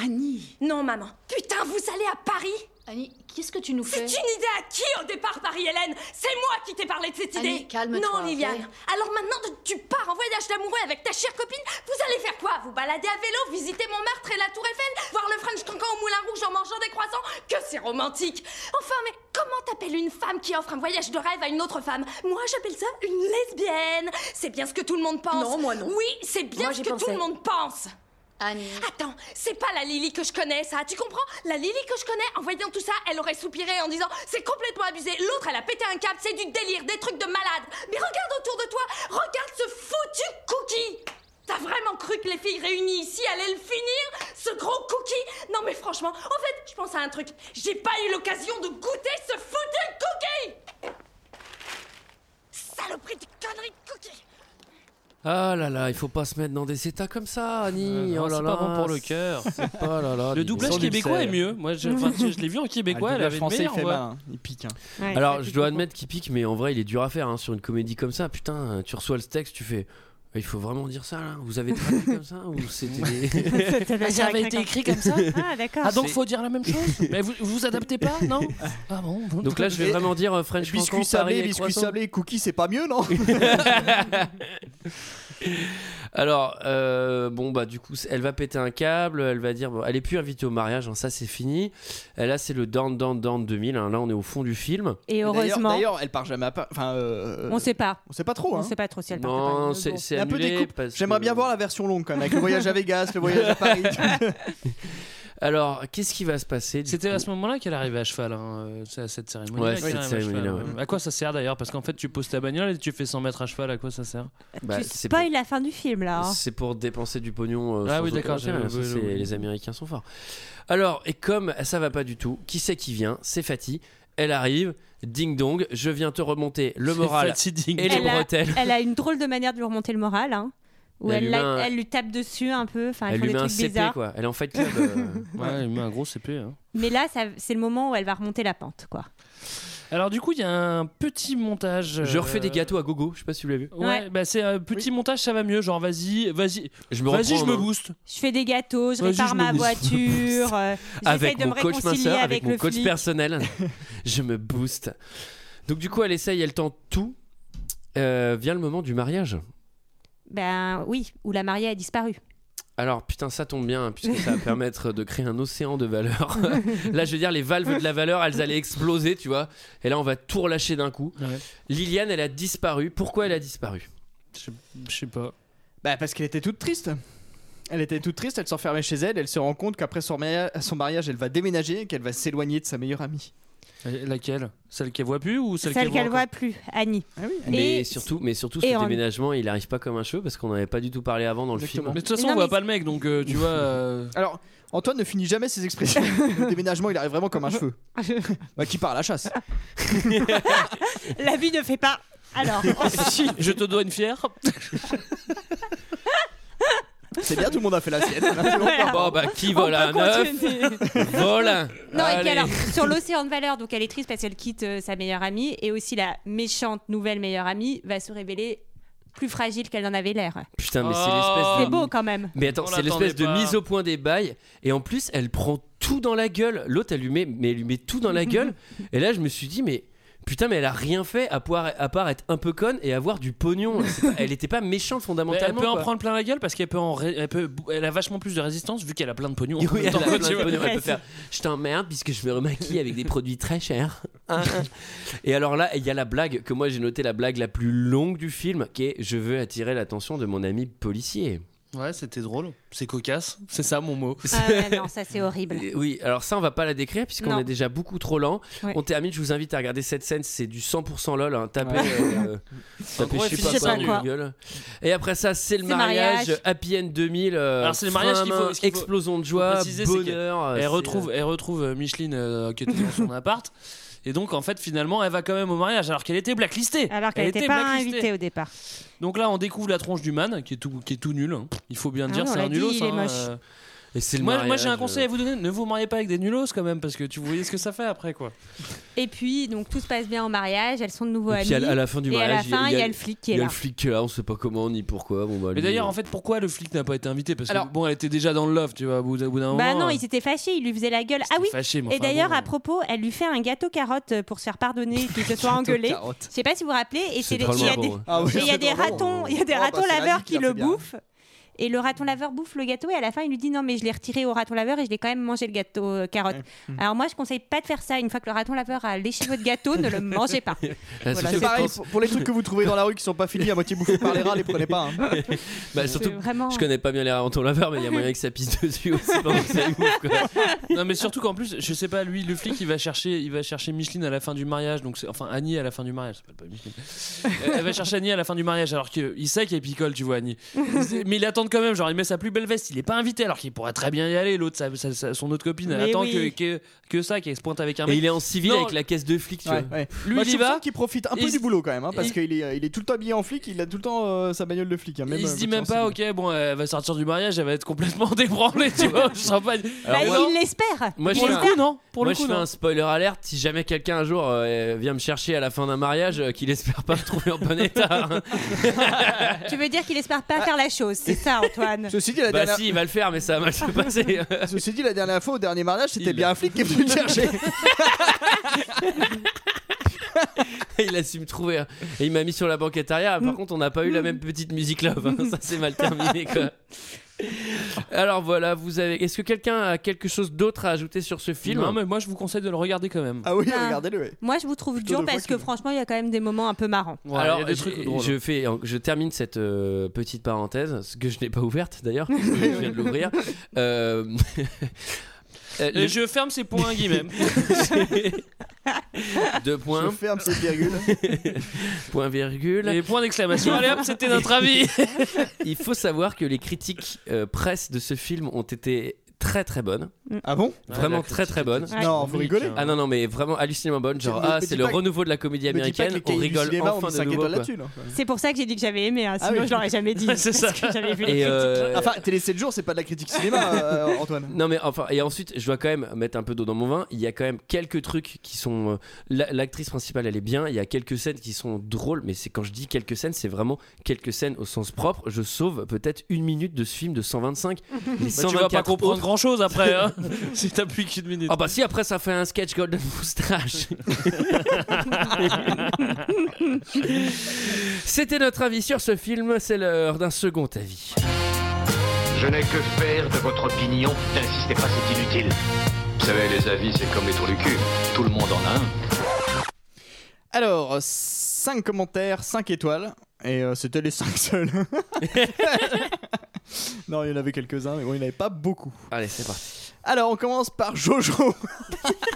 M: Annie Non, maman. Putain, vous allez à Paris Annie, qu'est-ce que tu nous
J: fais
L: C'est une idée à qui au départ, Paris-Hélène C'est moi qui t'ai parlé de cette
J: Annie,
L: idée
J: calme-toi,
L: Non, Liliane.
J: ouais.
L: Alors maintenant, tu pars en voyage d'amoureux avec ta chère copine. Vous allez faire quoi Vous balader à vélo, visiter Montmartre et la Tour Eiffel, voir le French Cancan au Moulin Rouge en mangeant des croissants Que c'est romantique Enfin, mais comment t'appelles une femme qui offre un voyage de rêve à une autre femme Moi, j'appelle ça une lesbienne. C'est bien ce que tout le monde pense.
J: Non, moi, non.
L: Oui, c'est bien
J: Moi,
L: ce
J: j'y
L: que tout
J: pensais.
L: le monde pense.
J: Annie.
L: Attends, c'est pas la Lily que je connais, ça, tu comprends La Lily que je connais, en voyant tout ça, elle aurait soupiré en disant c'est complètement abusé. L'autre, elle a pété un câble, c'est du délire, des trucs de malade. Mais regarde autour de toi, regarde ce foutu cookie. T'as vraiment cru que les filles réunies ici allaient le finir Ce gros cookie Non mais franchement, en fait, je pense à un truc. J'ai pas eu l'occasion de goûter ce foutu cookie Saloperie de conneries de cookie
A: Ah là là, il faut pas se mettre dans des états comme ça, Annie.
K: Euh, Non,
A: oh là
K: c'est
A: là,
K: pas bon pour le cœur.
A: c'est pas là là.
K: Le
A: dis donc.
K: doublage québécois est mieux. Moi, je, enfin, je- je l'ai vu en québécois.
A: Ah,
K: elle
A: le
K: avait une
A: doublage français,
K: meilleure
A: il fait
K: voix.
A: mal, hein.
G: Il pique.
A: Alors, je dois admettre qu'il pique, mais en vrai, il est dur à faire hein, sur une comédie comme ça. Putain, tu reçois le texte, tu fais. Il faut vraiment dire ça là Vous avez traduit comme ça Ou c'était. des-
K: Ah, ça avait été écrit comme ça
F: Ah, d'accord.
K: Ah, donc
A: C'est-
K: faut dire la même chose Mais vous vous adaptez pas, non Ah bon bon.
A: Donc là, je vais vraiment dire euh, French
G: Biscuit
A: Cancan, Paris
G: sablé,
A: et
G: biscuit
A: croissant.
G: sablé, cookie, c'est pas mieux, non
A: Alors, euh, bon, bah, du coup, elle va péter un câble, elle va dire, bon, elle est plus invitée au mariage, hein, ça c'est fini. Euh, Là, c'est le down, down, down 2000, hein, là on est au fond du film.
F: Et heureusement.
G: D'ailleurs, elle part jamais à part. Enfin, euh,
F: On sait pas.
G: On sait pas trop.
F: On
G: hein.
F: sait pas trop si elle part.
A: Non, c'est c'est
G: Il y a un peu des
A: annulé.
G: coupes.
A: parce
G: J'aimerais
A: que-
G: bien voir la version longue quand même, avec le voyage à Vegas, le voyage à Paris.
A: Alors, qu'est-ce qui va se passer du
K: C'était à
A: coup
K: ce moment-là qu'elle arrivait à cheval, hein, euh, c'est à cette cérémonie.
A: Ouais, cette cérémonie-là,
K: À quoi ça sert d'ailleurs Parce qu'en fait, tu poses ta bagnole et tu fais 100 mètres à cheval, à quoi ça sert
A: Bah, c'est
F: Spoil la fin du film là. hein.
A: C'est pour dépenser du pognon. euh,
K: Ah
A: sans
K: oui, d'accord,
A: aucun intérêt,
K: j'avais-
A: ça,
K: oui,
A: c'est-
K: oui.
A: Les Américains sont forts. Alors, et comme ça va pas du tout, qui c'est qui vient C'est Fatih. Elle arrive. Ding dong, je viens te remonter le
K: C'est
A: moral
K: Fatih Ding
A: et les
F: elle, a,
A: bretelles.
F: elle a une drôle de manière de lui remonter le moral. Hein, où
A: Elle
F: elle,
A: lui
F: la-
A: met un-
F: elle lui tape dessus un peu. Enfin,
A: Elle
F: elle
A: lui
F: fait
A: met
F: Ah, des
A: un
F: trucs
A: CP
F: bizarres.
A: quoi. Elle est en fait club. euh,
K: Ouais, il met un gros CP. hein.
F: Mais là, ça- c'est le moment où elle va remonter la pente quoi.
K: Alors du coup, il y a un petit montage.
A: Je refais des
K: gâteaux
A: gâteaux à gogo, je sais pas si vous l'avez vu.
K: Ouais, bah c'est un petit montage, ça va mieux. Genre, vas-y, vas-y,
A: Je me
K: vas-y,
A: reprends hein.
K: je
A: en
K: me
A: main.
K: booste.
F: Je fais des gâteaux, je
K: Vas-y,
F: répare
K: je me
F: ma
K: booste.
F: voiture. euh,
K: hein.
F: j'essaie
A: avec
F: de
A: mon
F: me
A: coach
F: réconcilier
A: minceur, avec,
F: avec
A: mon
F: le
A: coach
F: flic.
A: personnel. je me booste. Donc du coup, elle essaye, elle tente tout. Euh, vient le moment du mariage.
F: Ben oui, où la mariée a disparu.
A: Alors putain, ça tombe bien puisque ça va permettre de créer un océan de valeur. là, je veux dire, les valves de la valeur, elles allaient exploser, tu vois. Et là, on va tout relâcher d'un coup. Liliane, elle a disparu. Pourquoi elle a disparu
K: Je, sais pas.
G: Bah, parce qu'elle était toute triste. Elle était toute triste, elle s'enfermait chez elle, elle se rend compte qu'après son, maria- son mariage, elle va déménager et qu'elle va s'éloigner de sa meilleure amie.
K: Et Laquelle Celle qu'elle voit plus ou celle,
F: Celle, qu'elle voit
K: encore
F: plus, Annie.
A: Mais
F: Et-
A: surtout, mais surtout,
F: et
A: ce
F: en-
A: déménagement, il arrive pas comme un cheveu parce qu'on n'avait pas du tout parlé avant dans le film.
K: Mais de toute façon,
F: Non,
K: on voit
F: mais-
K: pas le mec, donc euh, tu vois. euh,
G: Alors, Antoine ne finit jamais ses expressions. le déménagement, il arrive vraiment comme un cheveu. bah, qui part à la chasse
F: La vie ne fait pas. Alors, ensuite.
K: je te dois une fière.
G: C'est bien, tout le monde a fait la sienne.
F: Ah
A: Bon bah, qui vole un œuf Vole un.
F: Non, et
A: Allez.
F: puis alors, sur l'océan de valeur, donc elle est triste parce qu'elle quitte euh, sa meilleure amie et aussi la méchante nouvelle meilleure amie va se révéler plus fragile qu'elle n'en avait l'air.
A: Putain, mais c'est
K: Oh.
A: l'espèce de.
F: C'est beau quand même.
A: Mais attends,
K: On
A: c'est l'espèce de
K: l'attendait pas.
A: mise au point des bails. Et en plus, elle prend tout dans la gueule. L'autre, elle lui met, mais elle lui met tout dans la gueule. et là, je me suis dit, mais putain, mais elle a rien fait à part, à part être un peu conne et avoir du pognon. C'est pas- elle était pas méchante
K: Mais elle
A: fondamentalement.
K: peut en
A: quoi.
K: prendre plein la gueule parce qu'elle peut en ré- elle, peut... elle a vachement plus de résistance vu qu'elle a plein de pognon. en
A: Oui,
K: même
A: elle a
K: temps,
A: plein
K: tu
A: de
K: vois.
A: pognon, elle peut faire, Je t'emmerde puisque je me remaquille avec des produits très chers. Hein, hein. et alors là, il y a la blague que moi j'ai noté la blague la plus longue du film qui est Je veux attirer l'attention de mon ami policier.
K: Ouais, c'était drôle. C'est cocasse. C'est ça mon mot.
F: Ah, non, ça c'est horrible.
A: Et Oui, alors ça, on va pas la décrire puisqu'on
F: Non.
A: est déjà beaucoup trop lent.
F: Ouais.
A: On termine, je vous invite à regarder cette scène, c'est du 100% lol. hein. Tapez, euh, tapez
K: gros,
A: je
K: elle
A: sais pas
K: finit
A: quoi
K: par
A: dans
K: quoi.
A: Google. Et après ça, c'est le
F: C'est mariage.
A: mariage, Happy End 2000. euh,
K: Alors, c'est le mariage
A: frein à
K: qu'il faut-
A: main,
K: ce qu'il faut-
A: explosion de
K: faut
A: joie,
K: préciser, c'est
A: bonheur. euh,
K: Elle
A: c'est,
K: retrouve, elle retrouve euh, Micheline euh, qui était dans son appart. Et donc, en fait, finalement, elle va quand même au mariage alors qu'elle était blacklistée.
F: Alors qu'elle n'était pas
K: blacklistée.
F: invitée au départ.
K: Donc là, on découvre la tronche du man qui est tout, qui est tout nul. hein. Il faut bien le
F: Ah
K: dire,
F: oui, on
K: c'est un
F: l'a dit,
K: nulos.
F: il est
K: hein,
F: moche.
K: euh.
A: Et c'est le
K: Moi, moi, j'ai un
A: mariage, euh.
K: conseil à vous donner ne vous mariez pas avec des nulos quand même, parce que tu voyez ce que ça fait après quoi.
F: Et puis, donc tout se passe bien au mariage, elles sont de nouveau
A: Et puis à,
F: amies.
A: la- à la fin du
F: et
A: mariage,
F: à la fin, il y, a le flic qui
A: Il
F: est
A: y a
F: là.
A: le flic qui est là, on sait pas comment ni pourquoi. Bon, bah,
K: Mais
A: lui,
K: d'ailleurs,
A: euh,
K: en fait, pourquoi le flic n'a pas été invité Parce que
F: Alors-
K: bon, elle était déjà dans le love, tu vois, au bout d'un au bout d'un
F: Bah
K: moment.
A: Oh.
F: non,
K: euh,
F: il s'était fâché, il lui faisait la gueule. Ah oui.
K: fâché, mais
F: et
K: enfin,
F: d'ailleurs,
K: bon.
F: à propos, elle lui fait un gâteau carotte euh, pour se faire pardonner qu'il se soit engueulé.
G: carotte.
F: Je sais pas si vous vous rappelez. Et
A: C'est
F: c'est les- il y
A: drôlement hein.
F: a des,
A: bon, ouais.
G: Ah oui,
F: et il y a
G: c'est
F: des
G: drôlement
F: ratons,
G: bon.
F: il y a des
G: Oh, bah,
F: ratons
G: c'est la vie qui
F: laveurs qui
G: l'a fait
F: le
G: bien.
F: bouffent. Et le raton laveur bouffe le gâteau et à la fin il lui dit non mais je l'ai retiré au raton laveur et je l'ai quand même mangé le gâteau euh, carotte.
G: Mm.
F: Alors moi je conseille pas de faire ça une fois que le raton laveur a léché votre gâteau ne le mangez pas.
A: Ah,
F: Voilà,
A: surtout,
G: Bah, C'est
A: je
G: pareil
A: pense-
G: pour, pour les trucs que vous trouvez dans la rue qui sont pas finis à moitié bouffés par les rats, les prenez pas. hein.
A: bah, surtout,
F: vraiment-
A: je connais pas bien les ratons laveurs, mais il y a moyen que ça pisse dessus aussi pendant que ça bouffe, quoi.
K: Non, mais surtout qu'en plus, je sais pas, lui, le flic, il va chercher, il va chercher Micheline à la fin du mariage, donc c'est- enfin Annie à la fin du mariage, ça s'appelle pas Micheline. Euh, Elle va chercher Annie à la fin du mariage, alors qu'il sait qu'elle picole, tu vois Annie. Mais il attend présente quand même. Genre, il met sa plus belle veste, il est pas invité alors qu'il pourrait très bien y aller. L'autre, sa- sa- sa- son autre copine, elle
A: Mais
K: attend
A: oui.
K: que, que, que ça, qu'elle se pointe avec un
A: Et
K: mec.
A: il est en civil
K: Non,
A: avec la caisse de flic, tu
G: Ouais,
A: vois.
G: ouais.
K: Lui,
G: Moi,
K: il
G: je
K: y
G: trouve
K: va.
G: qu'il profite un peu
K: il-
G: du boulot quand même, hein, parce
K: il-
G: qu'il est, il est tout le temps habillé en flic, il a tout le temps euh, sa bagnole de flic. hein, même,
K: il se
G: euh,
K: dit
G: quand
K: même pas, ok, bon, elle va sortir du mariage, elle va être complètement débranlée, tu vois, au champagne.
A: Alors,
F: Bah,
A: moi-
F: il l'espère.
A: Moi, je
F: Il
A: fais un-
F: l'espère.
A: moi, je fais un spoiler alerte. Si jamais quelqu'un un jour euh, vient me chercher à la fin d'un mariage, euh, qu'il espère pas me trouver en bon état. hein.
F: Tu veux dire qu'il espère pas faire la chose, c'est ça, Antoine
G: Ceci dit, la
A: bah
G: dernière-
A: si, il va le faire, mais ça va mal se passer.
K: euh,
G: Ceci dit, la dernière fois au dernier mariage, c'était bien un flic qui est venu le chercher.
A: il a su me trouver. hein. Et il m'a mis sur la banquette arrière. Par contre, on n'a pas eu la même petite musique là. Ça c'est mal terminé quoi. Alors voilà, vous avez. Est-ce que quelqu'un a quelque chose d'autre à ajouter sur ce film
K: Non, mais moi, je vous conseille de le regarder quand même.
G: Ah oui,
F: Ah. Moi, je vous trouve
A: Plutôt
F: dur
A: deux fois
F: parce que franchement, il y a quand même des moments un peu marrants.
A: Alors,
K: il y a des trucs
A: j'ai-
K: drôles.
A: je fais, je termine cette euh, petite parenthèse, ce que je n'ai pas ouverte d'ailleurs, parce que je viens de l'ouvrir. Euh, euh,
K: Et
A: le-
K: je ferme ces points guillemets.
A: Deux points.
G: Je ferme cette virgule.
A: point virgule.
K: Et point d'exclamation. Allez hop, c'était notre avis.
A: Il faut savoir que les critiques euh, presse de ce film ont été très très bonnes.
G: Ah bon
A: Vraiment
K: Ouais, la
A: très très bonnes.
G: critique Non, est faut rigoler.
A: Ah non non mais vraiment hallucinamment bonnes. Genre
G: Me- me
A: ah
G: dis
A: c'est le
G: pas que-
A: renouveau de la comédie
G: me dis pas
A: américaine.
G: que les
A: On
G: cahiers du
A: rigole
G: cinéma, on
A: enfin
G: met
A: de
G: cinq
A: nouveau.
G: étoiles
A: quoi.
G: là-dessus, là.
F: C'est pour ça que j'ai dit que j'avais aimé, hein,
G: Ah
F: sinon
G: oui.
F: je l'aurais jamais dit.
K: C'est ça.
F: Parce que j'avais vu
A: Et
F: les critiques.
A: euh,
G: Enfin, Télé 7 jours, c'est pas de la critique cinéma, euh, Antoine.
A: Non mais enfin et ensuite je dois quand même mettre un peu d'eau dans mon vin. Il y a quand même quelques trucs qui sont euh, la- l'actrice principale elle est bien. Il y a quelques scènes qui sont drôles mais c'est quand je dis quelques scènes c'est vraiment quelques scènes au sens propre. Je sauve peut-être une minute de ce film de 125. Les
K: Bah, tu vas pas
A: 124
K: comprendre
A: autres-
K: grand chose après, hein, si t'appuies qu'une minute.
A: Ah bah si après ça fait un sketch Golden Moustache. C'était notre avis sur ce film. C'est l'heure d'un second avis.
N: Je n'ai que faire de votre opinion. N'insistez pas, c'est inutile. Vous savez, les avis, c'est comme les trous du cul. Tout le monde en a un.
G: Alors, 5 commentaires, 5 étoiles. Et euh, c'était les 5 seuls. non, il y en avait quelques-uns, mais bon, il n'y en avait pas beaucoup.
A: Allez c'est parti.
G: Alors, on commence par Jojo.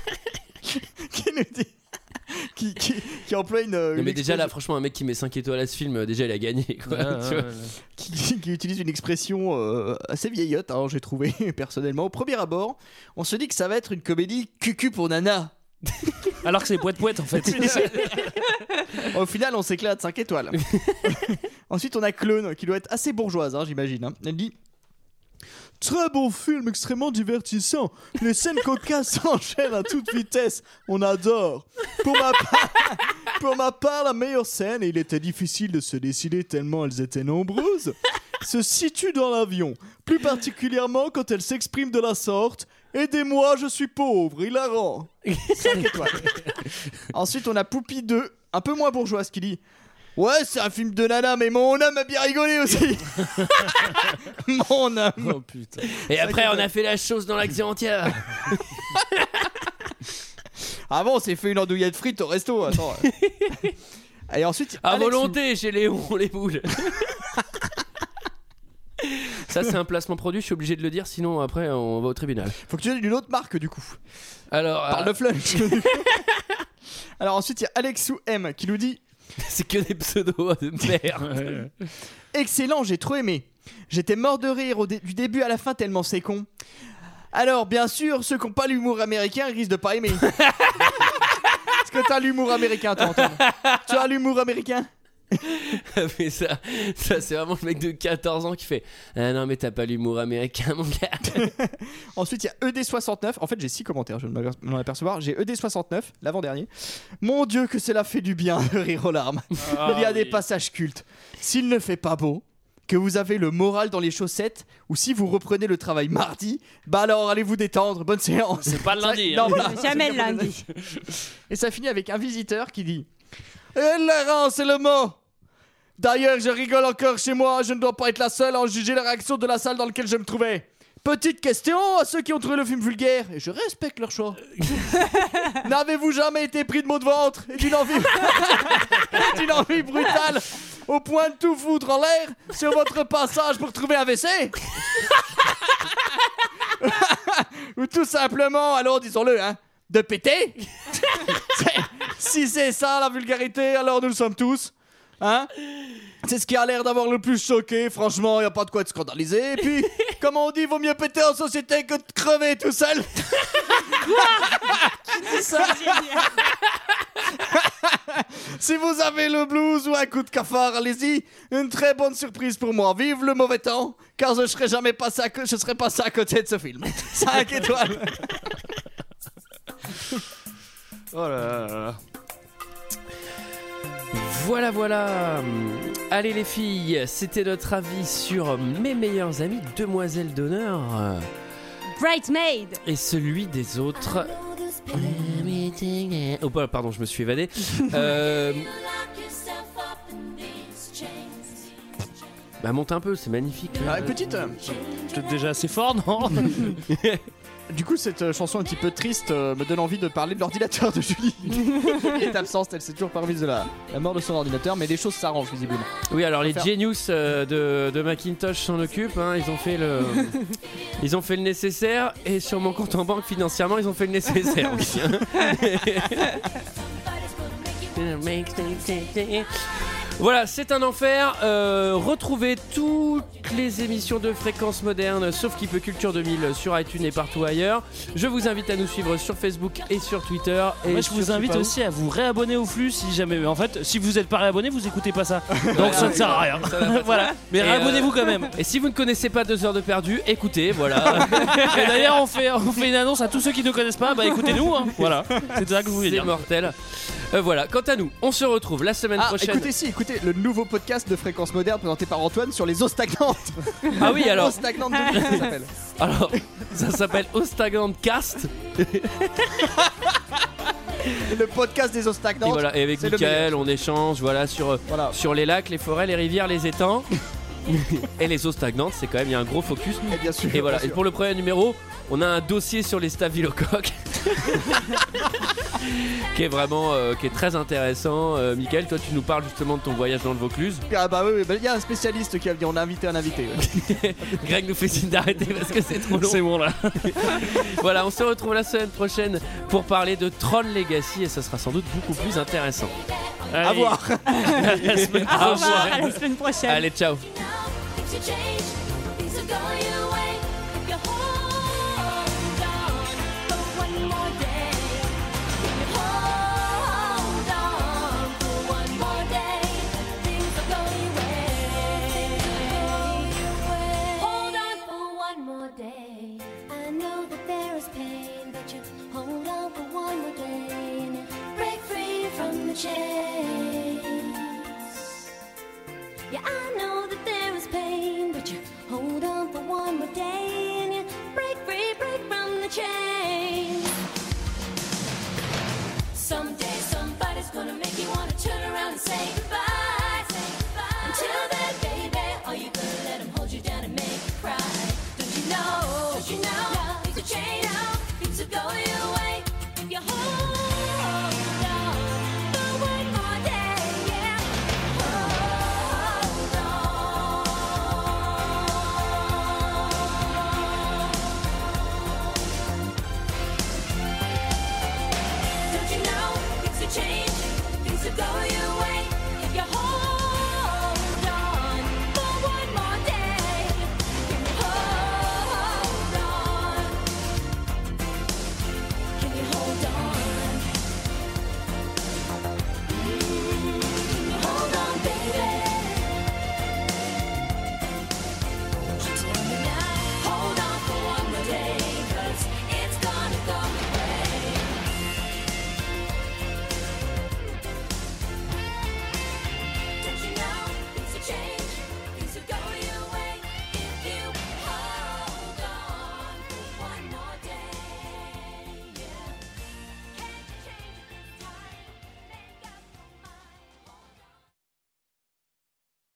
G: qui nous dit. Qui, qui, qui emploie une. euh,
A: Non, mais
G: une
A: déjà
G: expression-
A: là franchement un mec qui met 5 étoiles à ce film euh, déjà il a gagné quoi.
K: Ouais, ouais,
A: tu vois.
K: Ah, ouais, ouais.
G: qui, qui utilise une expression euh, assez vieillotte, hein, j'ai trouvé personnellement. Au premier abord, on se dit que ça va être une comédie cucu pour nana.
K: Alors que c'est poète poète en fait.
G: Au final, on s'éclate 5 étoiles. Ensuite, on a Clone, qui doit être assez bourgeoise, hein, j'imagine. hein. Elle dit Très bon film, extrêmement divertissant. Les scènes cocasses s'enchaînent à toute vitesse. On adore. Pour ma part, pour ma part, la meilleure scène, et il était difficile de se décider tellement elles étaient nombreuses, se situe dans l'avion. Plus particulièrement quand elle s'exprime de la sorte. Aidez-moi, je suis pauvre, hilarant. Cinq étoiles. Ensuite, on a Poupie 2, un peu moins bourgeoise, qui dit Ouais, c'est un film de nana, mais mon homme a bien rigolé aussi. mon homme.
K: Oh putain.
A: Et après on a fait la chose dans l'action entière.
G: Avant, Ah on s'est fait une andouillette frite au resto. Attends. Et ensuite,
A: À
G: Alex-
A: volonté chez Léon, les boules. Ça, c'est un placement produit, je suis obligé de le dire, sinon après on va au tribunal.
G: Faut que tu aies d'une autre marque du coup.
A: Alors,
G: Par
A: euh,
G: le flush. Alors ensuite, il y a Alexou M qui nous dit
A: c'est que des pseudos de merde.
G: Excellent, j'ai trop aimé. J'étais mort de rire au dé- du début à la fin tellement c'est con. Alors, bien sûr, ceux qui n'ont pas l'humour américain risquent de pas aimer. Est-ce que t'as l'humour américain, toi, Antoine Tu as l'humour américain
A: mais ça, ça c'est vraiment le mec de 14 ans qui fait Ah non, mais t'as pas l'humour américain, mon gars.
G: Ensuite, il y a ED69. En fait, j'ai 6 commentaires, je vais m'en apercevoir. J'ai ED69, l'avant-dernier. Mon Dieu, que cela fait du bien de rire aux larmes.
K: Ah
G: Il y a des passages cultes. S'il ne fait pas beau, que vous avez le moral dans les chaussettes, ou si vous reprenez le travail mardi, bah alors allez vous détendre. Bonne séance.
K: C'est pas le lundi.
G: Non,
K: hein.
G: voilà.
F: Jamais le lundi.
G: Et ça finit avec un visiteur qui dit Hilarant, c'est le mot D'ailleurs, je rigole encore chez moi, je ne dois pas être la seule à en juger la réaction de la salle dans laquelle je me trouvais. Petite question à ceux qui ont trouvé le film vulgaire, et je respecte leur choix. N'avez-vous jamais été pris de maux de ventre et d'une envie, et d'une envie brutale au point de tout foutre en l'air sur votre passage pour trouver un WC Ou tout simplement, alors disons-le, hein, de péter C'est- Si c'est ça la vulgarité, alors nous le sommes tous. Hein C'est ce qui a l'air d'avoir le plus choqué. Franchement, y a pas de quoi être scandalisé. Et puis, comme on dit, vaut mieux péter en société que de crever tout seul. si vous avez le blues ou un coup de cafard, allez-y. Une très bonne surprise pour moi. Vive le mauvais temps, car je serai jamais passé à co- je serai passé à côté de ce film. 5 étoiles.
K: Oh là là là.
A: Voilà, voilà. Allez les filles, c'était notre avis sur mes meilleurs amis, demoiselles d'honneur, euh,
F: Bridesmaid
A: et celui des autres. Oh bah, pardon, je me suis évadé. Euh, bah monte un peu, c'est magnifique. là.
G: Ah, petite.
K: Peut-être déjà assez fort, non
G: Du coup, cette euh, chanson un petit peu triste euh, me donne envie de parler de l'ordinateur de Julie. qui est absente, elle s'est toujours parmi de la, la mort de son ordinateur, mais les choses s'arrangent visiblement.
A: Oui, alors les
G: Faire-
A: genius euh, de, de Macintosh s'en occupent. hein, ils ont fait le, ils ont fait le nécessaire et sur mon compte en banque financièrement, ils ont fait le nécessaire. aussi, hein. Voilà, c'est un enfer. Euh, retrouvez toutes les émissions de fréquence moderne, sauf qu'il peut Culture 2000 sur iTunes et partout ailleurs. Je vous invite à nous suivre sur Facebook et sur Twitter. Et
K: Moi, je vous
A: sur
K: invite
A: Supaou.
K: aussi à vous réabonner au flux si jamais. mais En fait, si vous n'êtes pas réabonné, vous écoutez pas ça. Donc
A: Ouais,
K: ça ne
A: ouais,
K: sert à
A: ouais,
K: rien.
A: ça va pas.
K: voilà. Mais
A: Et,
K: réabonnez-vous
A: euh,
K: quand même.
A: Et si vous ne connaissez pas deux heures de perdu, écoutez, voilà.
K: Et d'ailleurs, on fait, on fait une annonce à tous ceux qui ne connaissent pas. Bah écoutez-nous. hein. Voilà. C'est ça que vous voulez
A: C'est
K: dire.
A: mortel. Euh, voilà, quant à nous, on se retrouve la semaine
G: Ah,
A: prochaine.
G: écoutez, si, écoutez, le nouveau podcast de Fréquence Moderne présenté par Antoine sur les eaux stagnantes.
A: Ah oui, alors.
G: Eaux stagnantes de vie, ça s'appelle.
A: Alors, ça s'appelle Ostagand Cast.
G: Le podcast des eaux stagnantes.
A: Et voilà, et avec
G: c'est le meilleur.
A: Michael, on échange voilà, sur, sur les lacs, les forêts, les rivières, les étangs. et les eaux stagnantes, c'est quand même, il y a un gros focus.
G: Et bien sûr.
A: Et voilà,
G: bien
A: et
G: sûr.
A: pour le premier numéro, on a un dossier sur les staphylocoques. qui est vraiment euh, qui est très intéressant. Euh, Michael, toi, tu nous parles justement de ton voyage dans le Vaucluse.
G: Ah bah oui, oui, bah, il y a un spécialiste qui a dit on a invité un invité. ouais.
A: Greg nous fait signe d'arrêter parce que c'est trop long.
K: C'est bon là.
A: voilà, on se retrouve la semaine prochaine pour parler de Tron Legacy et ça sera sans doute beaucoup plus intéressant.
K: Allez.
A: voir.
K: À la semaine
A: Au revoir,
K: prochaine.
A: à la semaine prochaine. Ah, Allez, ciao.
L: Things will change, things will go your way if you hold on for one more day. If you hold on for one more day, things will go your way. Hold on for one more day. I know that there is pain, but you hold on for one more day and you break free from the chains. Yeah, I know that there is pain, but you hold on for one more day